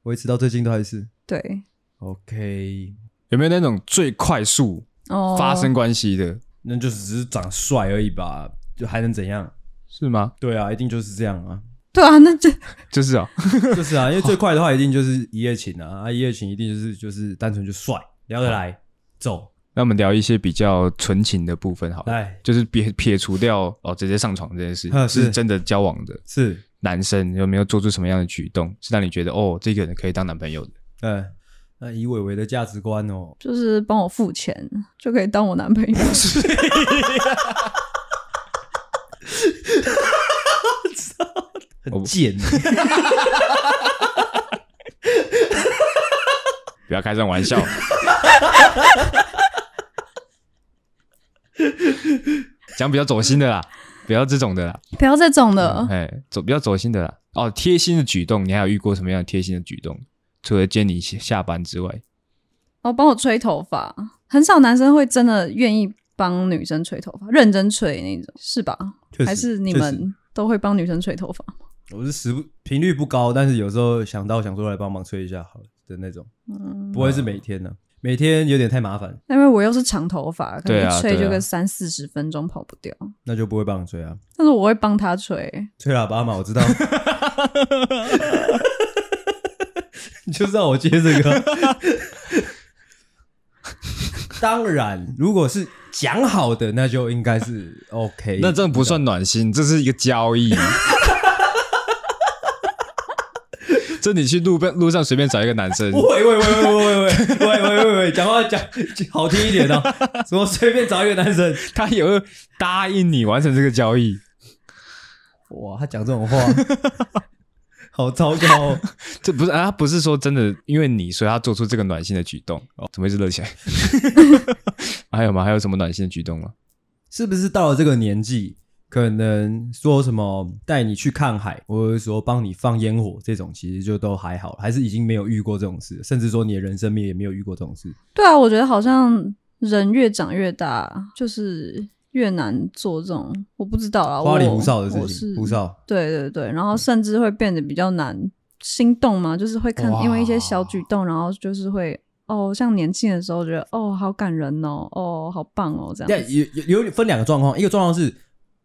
Speaker 2: 维持到最近都还是
Speaker 3: 对
Speaker 2: OK，
Speaker 1: 有没有那种最快速
Speaker 3: 哦，
Speaker 1: 发生关系的，
Speaker 2: 那就只是长帅而已吧，就还能怎样？
Speaker 1: 是吗？
Speaker 2: 对啊，一定就是这样 啊，
Speaker 3: 对啊，那这
Speaker 1: 就是啊、
Speaker 2: 就是啊，因为最快的话一定就是一夜情啊，啊一夜情一定就是就是单纯就帅，聊得来，走，
Speaker 1: 那我们聊一些比较纯情的部分好了，
Speaker 2: 来
Speaker 1: 就是撇撇除掉哦直接上床这件事
Speaker 2: 啊，是
Speaker 1: 是真的交往的
Speaker 2: 是，
Speaker 1: 男生有没有做出什么样的举动，是让你觉得哦这个人可以当男朋友的？
Speaker 2: 嗯，那以伟伟的价值观哦，
Speaker 3: 就是帮我付钱就可以当我男朋友。
Speaker 2: 很贱，啊
Speaker 1: 不要开这种玩笑。讲比较走心的啦，不要这种的啦，
Speaker 3: 不要这种的，
Speaker 2: 嗯
Speaker 1: 哎，走比较走心的啦。哦，贴心的举动，你还有遇过什么样的贴心的举动？除了接你下下班之外，
Speaker 3: 哦，帮我吹头发，很少男生会真的愿意帮女生吹头发，认真吹那种，是吧？
Speaker 2: 确实
Speaker 3: 还是你
Speaker 2: 确实
Speaker 3: 们都会帮女生吹头发？
Speaker 2: 我是时不频率不高，但是有时候想到想说来帮忙吹一下好了的那种，
Speaker 3: 嗯，
Speaker 2: 不会是每天呢、每天有点太麻烦，
Speaker 3: 因为我又是长头发，可
Speaker 1: 对
Speaker 3: 能
Speaker 1: 啊
Speaker 3: 一吹
Speaker 1: 对
Speaker 3: 就
Speaker 1: 啊
Speaker 3: 个三四十分钟跑不掉。
Speaker 2: 那就不会帮你吹啊，
Speaker 3: 但是我会帮他吹，
Speaker 2: 吹喇叭嘛，我知道。 你就知道我接这个。当然，如果是讲好的，那就应该是 OK。
Speaker 1: 那这不算暖心，这是一个交易。这你去路边路上随便找一个男生，
Speaker 2: 喂喂喂喂喂喂喂喂喂喂喂，讲话讲好听一点哦。什么随便找一个男生，
Speaker 1: 他也会答应你完成这个交易。
Speaker 2: 哇，他讲这种话， 好糟糕、哦。
Speaker 1: 这不是啊，他不是说真的，因为你所以他做出这个暖心的举动。哦，怎么一直热 起来？还有吗？还有什么暖心的举动吗？
Speaker 2: 是不是到了这个年纪，可能说什么带你去看海，或者说帮你放烟火这种，其实就都还好，还是已经没有遇过这种事，甚至说你的人生里面也没有遇过这种事。
Speaker 3: 对啊，我觉得好像人越长越大，就是越难做这种，我不知道啊，
Speaker 2: 花里
Speaker 3: 我
Speaker 2: 胡哨的事
Speaker 3: 我是
Speaker 2: 情，胡哨。嗯
Speaker 3: 对对对，然后甚至会变得比较难心动嘛，就是会看
Speaker 1: 哇
Speaker 3: 因为一些小举动，然后就是会哦，像年轻的时候觉得哦好感人哦，哦好棒哦这
Speaker 2: 但
Speaker 3: 样子，
Speaker 2: 有有有分两个状况，一个状况是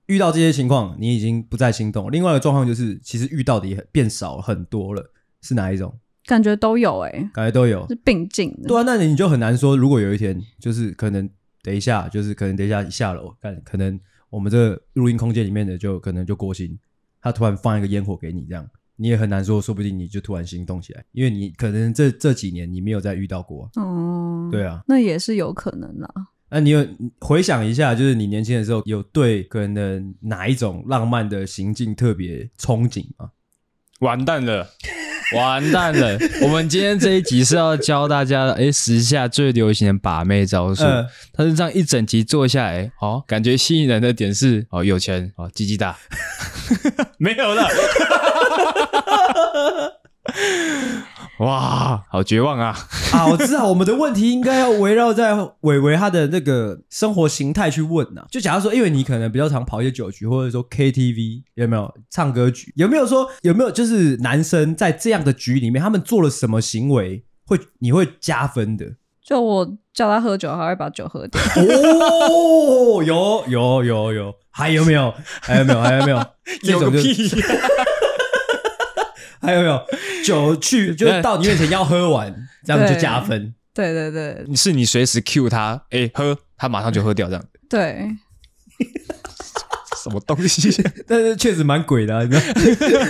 Speaker 2: 遇到这些情况，你已经不再心动；，另外一个状况就是，其实遇到的也很变少很多了，是哪一种？
Speaker 3: 感觉都有哎、
Speaker 2: 感觉都有
Speaker 3: 是。并进的。
Speaker 2: 对啊，那你就很难说，如果有一天，就是可能等一下，就是可能等一下一下楼，看可能我们这个录音空间里面的就可能就过心，他突然放一个烟火给你，这样你也很难说，说不定你就突然心动起来，因为你可能这这几年你没有再遇到过啊、
Speaker 3: 哦，
Speaker 2: 对啊，
Speaker 3: 那也是有可能啦。啊
Speaker 2: 那、那你有你回想一下，就是你年轻的时候有对可能哪一种浪漫的行径特别憧憬吗？
Speaker 1: 完蛋 了，完蛋了！我们今天这一集是要教大家，哎，时下最流行的把妹招数。
Speaker 2: 嗯
Speaker 1: 但是这样一整集做下来，哦，感觉吸引人的点是，哦，有钱，哦，鸡鸡大， 没有了。 哇，好绝望啊！
Speaker 2: 啊，我知道我们的问题应该要围绕在伟伟他的那个生活形态去问呐、就假如说，因为你可能比较常跑一些酒局，或者说 KTV，有没有唱歌局？有没有说有没有就是男生在这样的局里面，他们做了什么行为会你会加分的？
Speaker 3: 就我叫他喝酒，他会把酒喝掉。
Speaker 2: 哦， 有有有有，还有没有？还有没有？还 有没有？这种就！还有没有？酒去就是到你面前要喝完，这样就加分。
Speaker 3: 对对对
Speaker 1: 是你随时 cue 他，哎，喝，他马上就喝掉，这样
Speaker 3: 对，
Speaker 1: 什么东西？
Speaker 2: 但是确实蛮鬼的、啊，你知道。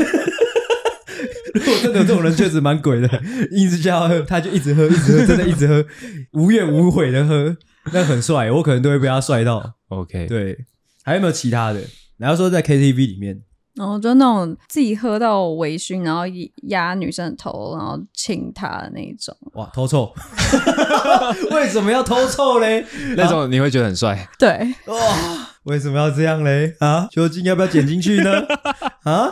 Speaker 2: 如果真的有这种人，确实蛮鬼的，一直叫他喝，他就一直喝，一直喝，真的一直喝，无怨无悔的喝，那很帅，我可能都会被他帅到。
Speaker 1: OK，
Speaker 2: 对，还有没有其他的？然后说在 KTV 里面，
Speaker 3: 然后就那种自己喝到微醺，然后压女生的头，然后亲她的那一种。
Speaker 2: 哇，偷臭， 为什么要偷臭嘞？
Speaker 1: 那种你会觉得很帅。
Speaker 3: 对，
Speaker 2: 哇、为什么要这样嘞？啊，究竟要不要剪进去呢？啊，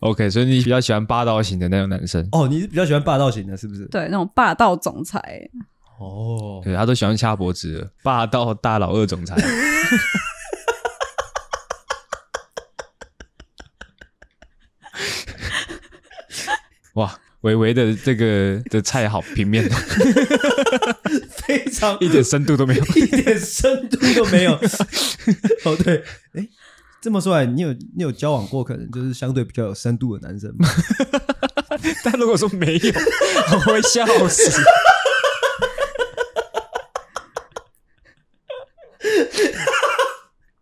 Speaker 1: OK，所以你比较喜欢霸道型的那种男生，
Speaker 2: 哦，你是比较喜欢霸道型的，是不是？
Speaker 3: 对，那种霸道总裁，
Speaker 2: 哦，
Speaker 1: 对，他都喜欢掐脖子了，霸道大佬二 总裁。哇，维维的这个的菜好平面，
Speaker 2: 非常
Speaker 1: 一点深度都没有。
Speaker 2: 一点深度都没有。哦，对，哎，这么说来，你有你有交往过可能就是相对比较有深度的男生吗？
Speaker 1: 但如果说没有， 我会笑死。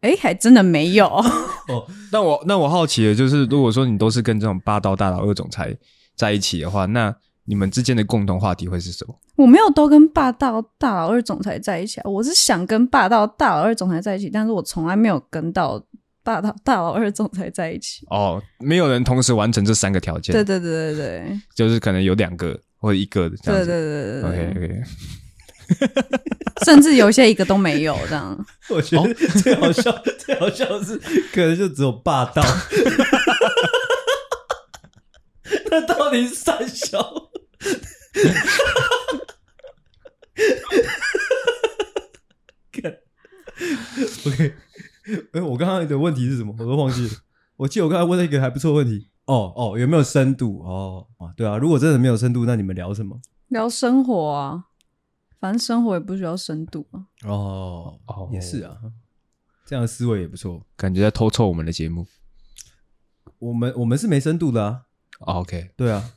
Speaker 3: 哎，还真的没有。
Speaker 1: 那我那我好奇的就是，如果说你都是跟这种霸道大佬二总裁在一起的话，那你们之间的共同话题会是什么？
Speaker 3: 我没有都跟霸道大佬二总裁在一起啊，我是想跟霸道大佬二总裁在一起，但是我从来没有跟到霸道大佬二总裁在一起。
Speaker 1: 哦，没有人同时完成这三个条件，
Speaker 3: 对对对对对
Speaker 1: 就是可能有两个或者一个这样
Speaker 3: 对对
Speaker 1: 子。
Speaker 3: 对对
Speaker 1: OK
Speaker 3: 对对，
Speaker 1: OK，
Speaker 3: 甚至有些一个都没有这样。
Speaker 2: 我觉得最好笑、 最好笑的是，哦可能就只有霸道。 那到底是三 小？看，OK，哎、我刚刚的问题是什么？我都忘记了。我记得我刚才问了一个还不错的问题。哦哦，有没有深度？哦啊，对啊，如果真的没有深度，那你们聊什么？
Speaker 3: 聊生活啊，反正生活也不需要深度啊。
Speaker 2: 哦
Speaker 1: 哦
Speaker 2: 也是啊，这样的思维也不错。
Speaker 1: 感觉在偷臭我们的节目。
Speaker 2: 我们我们是没深度的啊。
Speaker 1: 哦 OK，
Speaker 2: 对啊，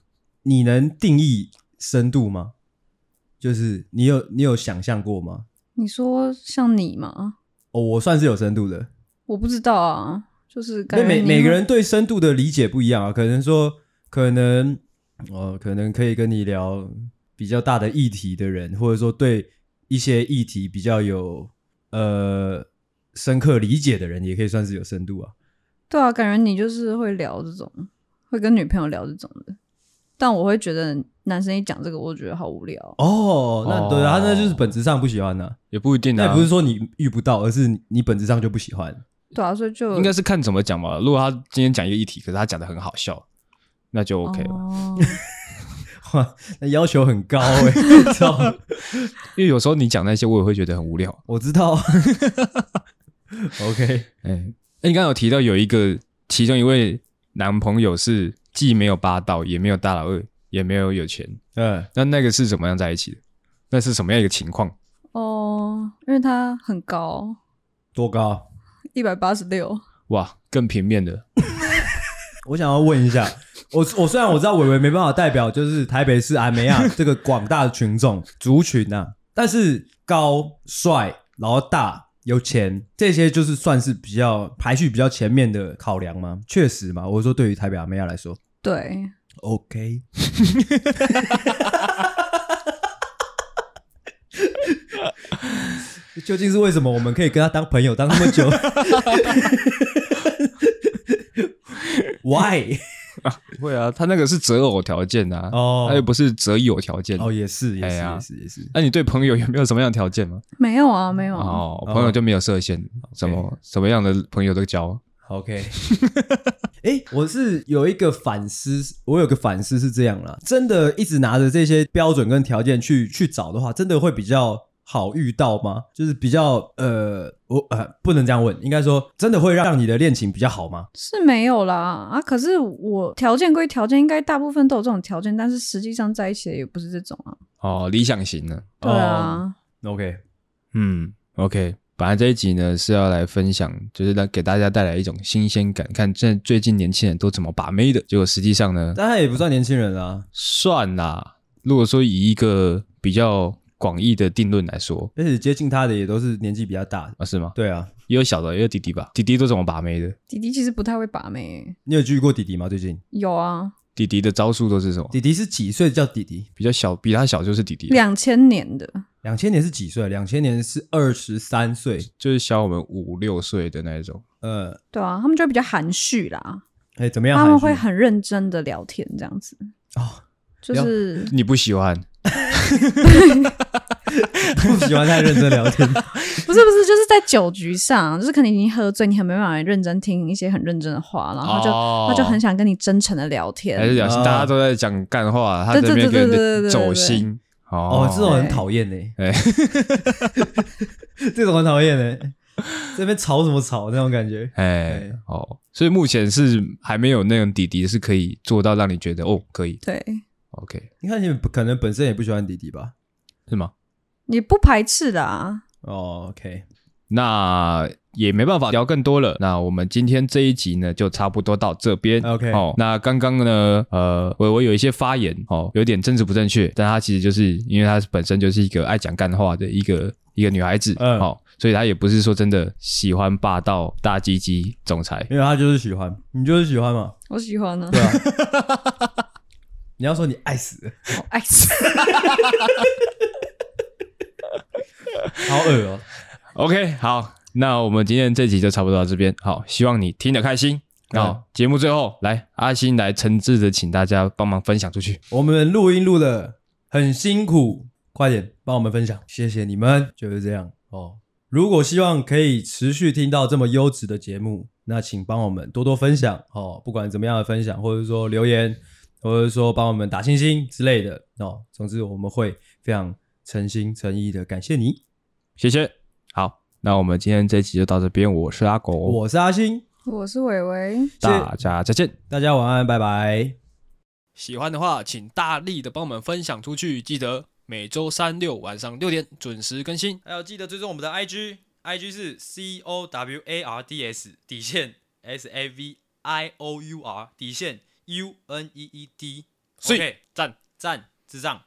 Speaker 2: 你能定义深度吗？就是你有你有想象过吗？
Speaker 3: 你说像你吗？
Speaker 2: 哦，我算是有深度的，
Speaker 3: 我不知道啊，就是
Speaker 2: 因
Speaker 3: 感
Speaker 2: 为
Speaker 3: 觉
Speaker 2: 每
Speaker 3: 你
Speaker 2: 每个人对深度的理解不一样啊。可能说，可能呃，可能可以跟你聊比较大的议题的人，或者说对一些议题比较有呃深刻理解的人，也可以算是有深度啊。
Speaker 3: 对啊，感觉你就是会聊这种，会跟女朋友聊这种的。但我会觉得男生一讲这个，我觉得好无聊。啊
Speaker 2: 哦，那对啊，
Speaker 1: 哦
Speaker 2: 那就是本质上不喜欢呐、啊。
Speaker 1: 也不一定
Speaker 2: 那
Speaker 1: 啊，
Speaker 2: 也不是说你遇不到，而是你你本质上就不喜欢。
Speaker 3: 对啊，所以就
Speaker 1: 应该是看怎么讲吧。如果他今天讲一个议题，可是他讲的很好笑，那就 OK 了。
Speaker 3: 哦、
Speaker 2: 哇， 那要求很高哎、欸， 知道吗？
Speaker 1: 因为有时候你讲那些，我也会觉得很无聊。
Speaker 2: 我知道。OK，
Speaker 1: 哎、哎你刚刚有提到有一个，其中一位男朋友是既没有霸道，也没有大老二，也没有有钱，
Speaker 2: 嗯，
Speaker 1: 那那个是怎么样在一起的？那是什么样一个情况？
Speaker 3: 哦，因为他很高，
Speaker 2: 多高？
Speaker 3: 一百八十六。
Speaker 1: 哇，更平面的，
Speaker 2: 我想要问一下， 我我虽然我知道伟伟没办法代表就是台北市安梅 亚这个广大的群众族群呐、啊，但是高、帅、然后大、有钱这些就是算是比较排序比较前面的考量吗？确实嘛，我说对于台北阿梅亚来说
Speaker 3: 对，
Speaker 2: ，OK。 究竟是为什么我们可以跟他当朋友当那么 久？Why？
Speaker 1: 不会啊，他那个是择偶条件呐、啊，
Speaker 2: 哦
Speaker 1: 他又不是择友条件。
Speaker 2: 哦，也是，也
Speaker 1: 哎
Speaker 2: 是，
Speaker 1: 呀
Speaker 2: 也是，也是。
Speaker 1: 那、你对朋友有没有什么样的条件吗？
Speaker 3: 没有啊，没有啊。
Speaker 1: 哦，朋友就没有设限，
Speaker 2: 哦
Speaker 1: 什么什么样的朋友都交。
Speaker 2: OK，哎、我是有一个反思，我有个反思是这样啦，真的一直拿着这些标准跟条件去去找的话，真的会比较好遇到吗？就是比较呃，我呃不能这样问，应该说真的会让你的恋情比较好吗？
Speaker 3: 是没有啦啊！可是我条件归条件，应该大部分都有这种条件，但是实际上在一起的也不是这种啊。
Speaker 1: 哦，理想型的。
Speaker 3: 对啊，
Speaker 2: 哦，OK，
Speaker 1: 嗯，OK。本来这一集呢是要来分享，就是来给大家带来一种新鲜感，看这最近年轻人都怎么把妹的。结果实际上呢，
Speaker 2: 但他也不算年轻人啊，
Speaker 1: 算啦。如果说以一个比较广义的定论来说，
Speaker 2: 而且接近他的也都是年纪比较大的。
Speaker 1: 啊是吗？
Speaker 2: 对啊，
Speaker 1: 也有小的，也有弟弟吧？弟弟都怎么把妹的？
Speaker 3: 弟弟其实不太会把妹，
Speaker 2: 你有遇过弟弟吗？最近
Speaker 3: 有啊，
Speaker 1: 弟弟的招数都是什么？
Speaker 2: 弟弟是几岁叫弟弟？
Speaker 1: 比较小，比他小就是弟弟，
Speaker 3: 两千年的，
Speaker 2: 两千年是几岁？两千年是二十三岁。
Speaker 1: 就是小我们五六岁的那一种。
Speaker 2: 呃，
Speaker 3: 对啊，他们就会比较含蓄啦，
Speaker 2: 哎、怎么样
Speaker 3: 他
Speaker 2: 含蓄？
Speaker 3: 们会很认真的聊天，这样子
Speaker 2: 哦，
Speaker 3: 就是
Speaker 1: 你不喜欢？
Speaker 2: 不喜欢太认真聊天。
Speaker 3: 不是不是，就是在酒局上，就是可能你已经喝醉，你很没办法认真听一些很认真的话，然后他就、
Speaker 1: 哦
Speaker 3: 他就很想跟你真诚的聊天
Speaker 1: 还，是聊
Speaker 2: 啊
Speaker 1: 大家都在讲干话，他这边
Speaker 3: 对对对
Speaker 1: 跟
Speaker 3: 对对对
Speaker 1: 人
Speaker 3: 对
Speaker 1: 走心。哦
Speaker 2: 哦，这种很讨厌呢。
Speaker 1: 哎
Speaker 2: 这种很讨厌呢。这边吵什么吵那种感觉？
Speaker 1: 哎
Speaker 2: 对
Speaker 1: 哦，所以目前是还没有那种弟弟是可以做到让你觉得哦可以
Speaker 3: 对，
Speaker 1: ，OK
Speaker 2: 你看你们不可能本身也不喜欢弟弟吧？
Speaker 1: 是吗？
Speaker 3: 你不排斥的啊，
Speaker 2: 哦，OK，
Speaker 1: 那也没办法聊更多了。那我们今天这一集呢，就差不多到这边。
Speaker 2: OK
Speaker 1: 哦，那刚刚呢，呃，我我有一些发言哦，有点政治不正确，但她其实就是因为她本身就是一个爱讲干话的一个一个女孩子，
Speaker 2: 嗯
Speaker 1: 哦，所以她也不是说真的喜欢霸道大鸡鸡总裁。
Speaker 2: 因为他就是喜欢，你就是喜欢嘛。
Speaker 3: 我喜欢呢、
Speaker 2: 对啊。你要说你爱死了，
Speaker 3: 我 爱死。
Speaker 2: 好恶哦、
Speaker 1: OK，好，那我们今天这集就差不多到这边。好，希望你听得开心。
Speaker 2: 嗯
Speaker 1: 好，节目最后来阿星来诚挚的请大家帮忙分享出去。
Speaker 2: 我们录音录的很辛苦，快点帮我们分享，谢谢你们，就是这样哦。如果希望可以持续听到这么优质的节目，那请帮我们多多分享哦，不管怎么样的分享，或者说留言，或者说帮我们打星星之类的哦。总之，我们会非常诚心诚意的感谢你。
Speaker 1: 谢谢。好，那我们今天这集就到这边。我是阿狗，
Speaker 2: 我是阿星，
Speaker 3: 我是伟伟，
Speaker 1: 大家再见。
Speaker 2: 大家晚安，拜拜。
Speaker 1: 喜欢的话，请大力的帮我们分享出去。记得每周三六晚上六点准时更新。
Speaker 2: 还有记得追踪我们的 IG，IG 是 C O W A R D S 底线 S A V I O U R 底线 U N E E D。
Speaker 1: 所以赞。
Speaker 2: 赞智障。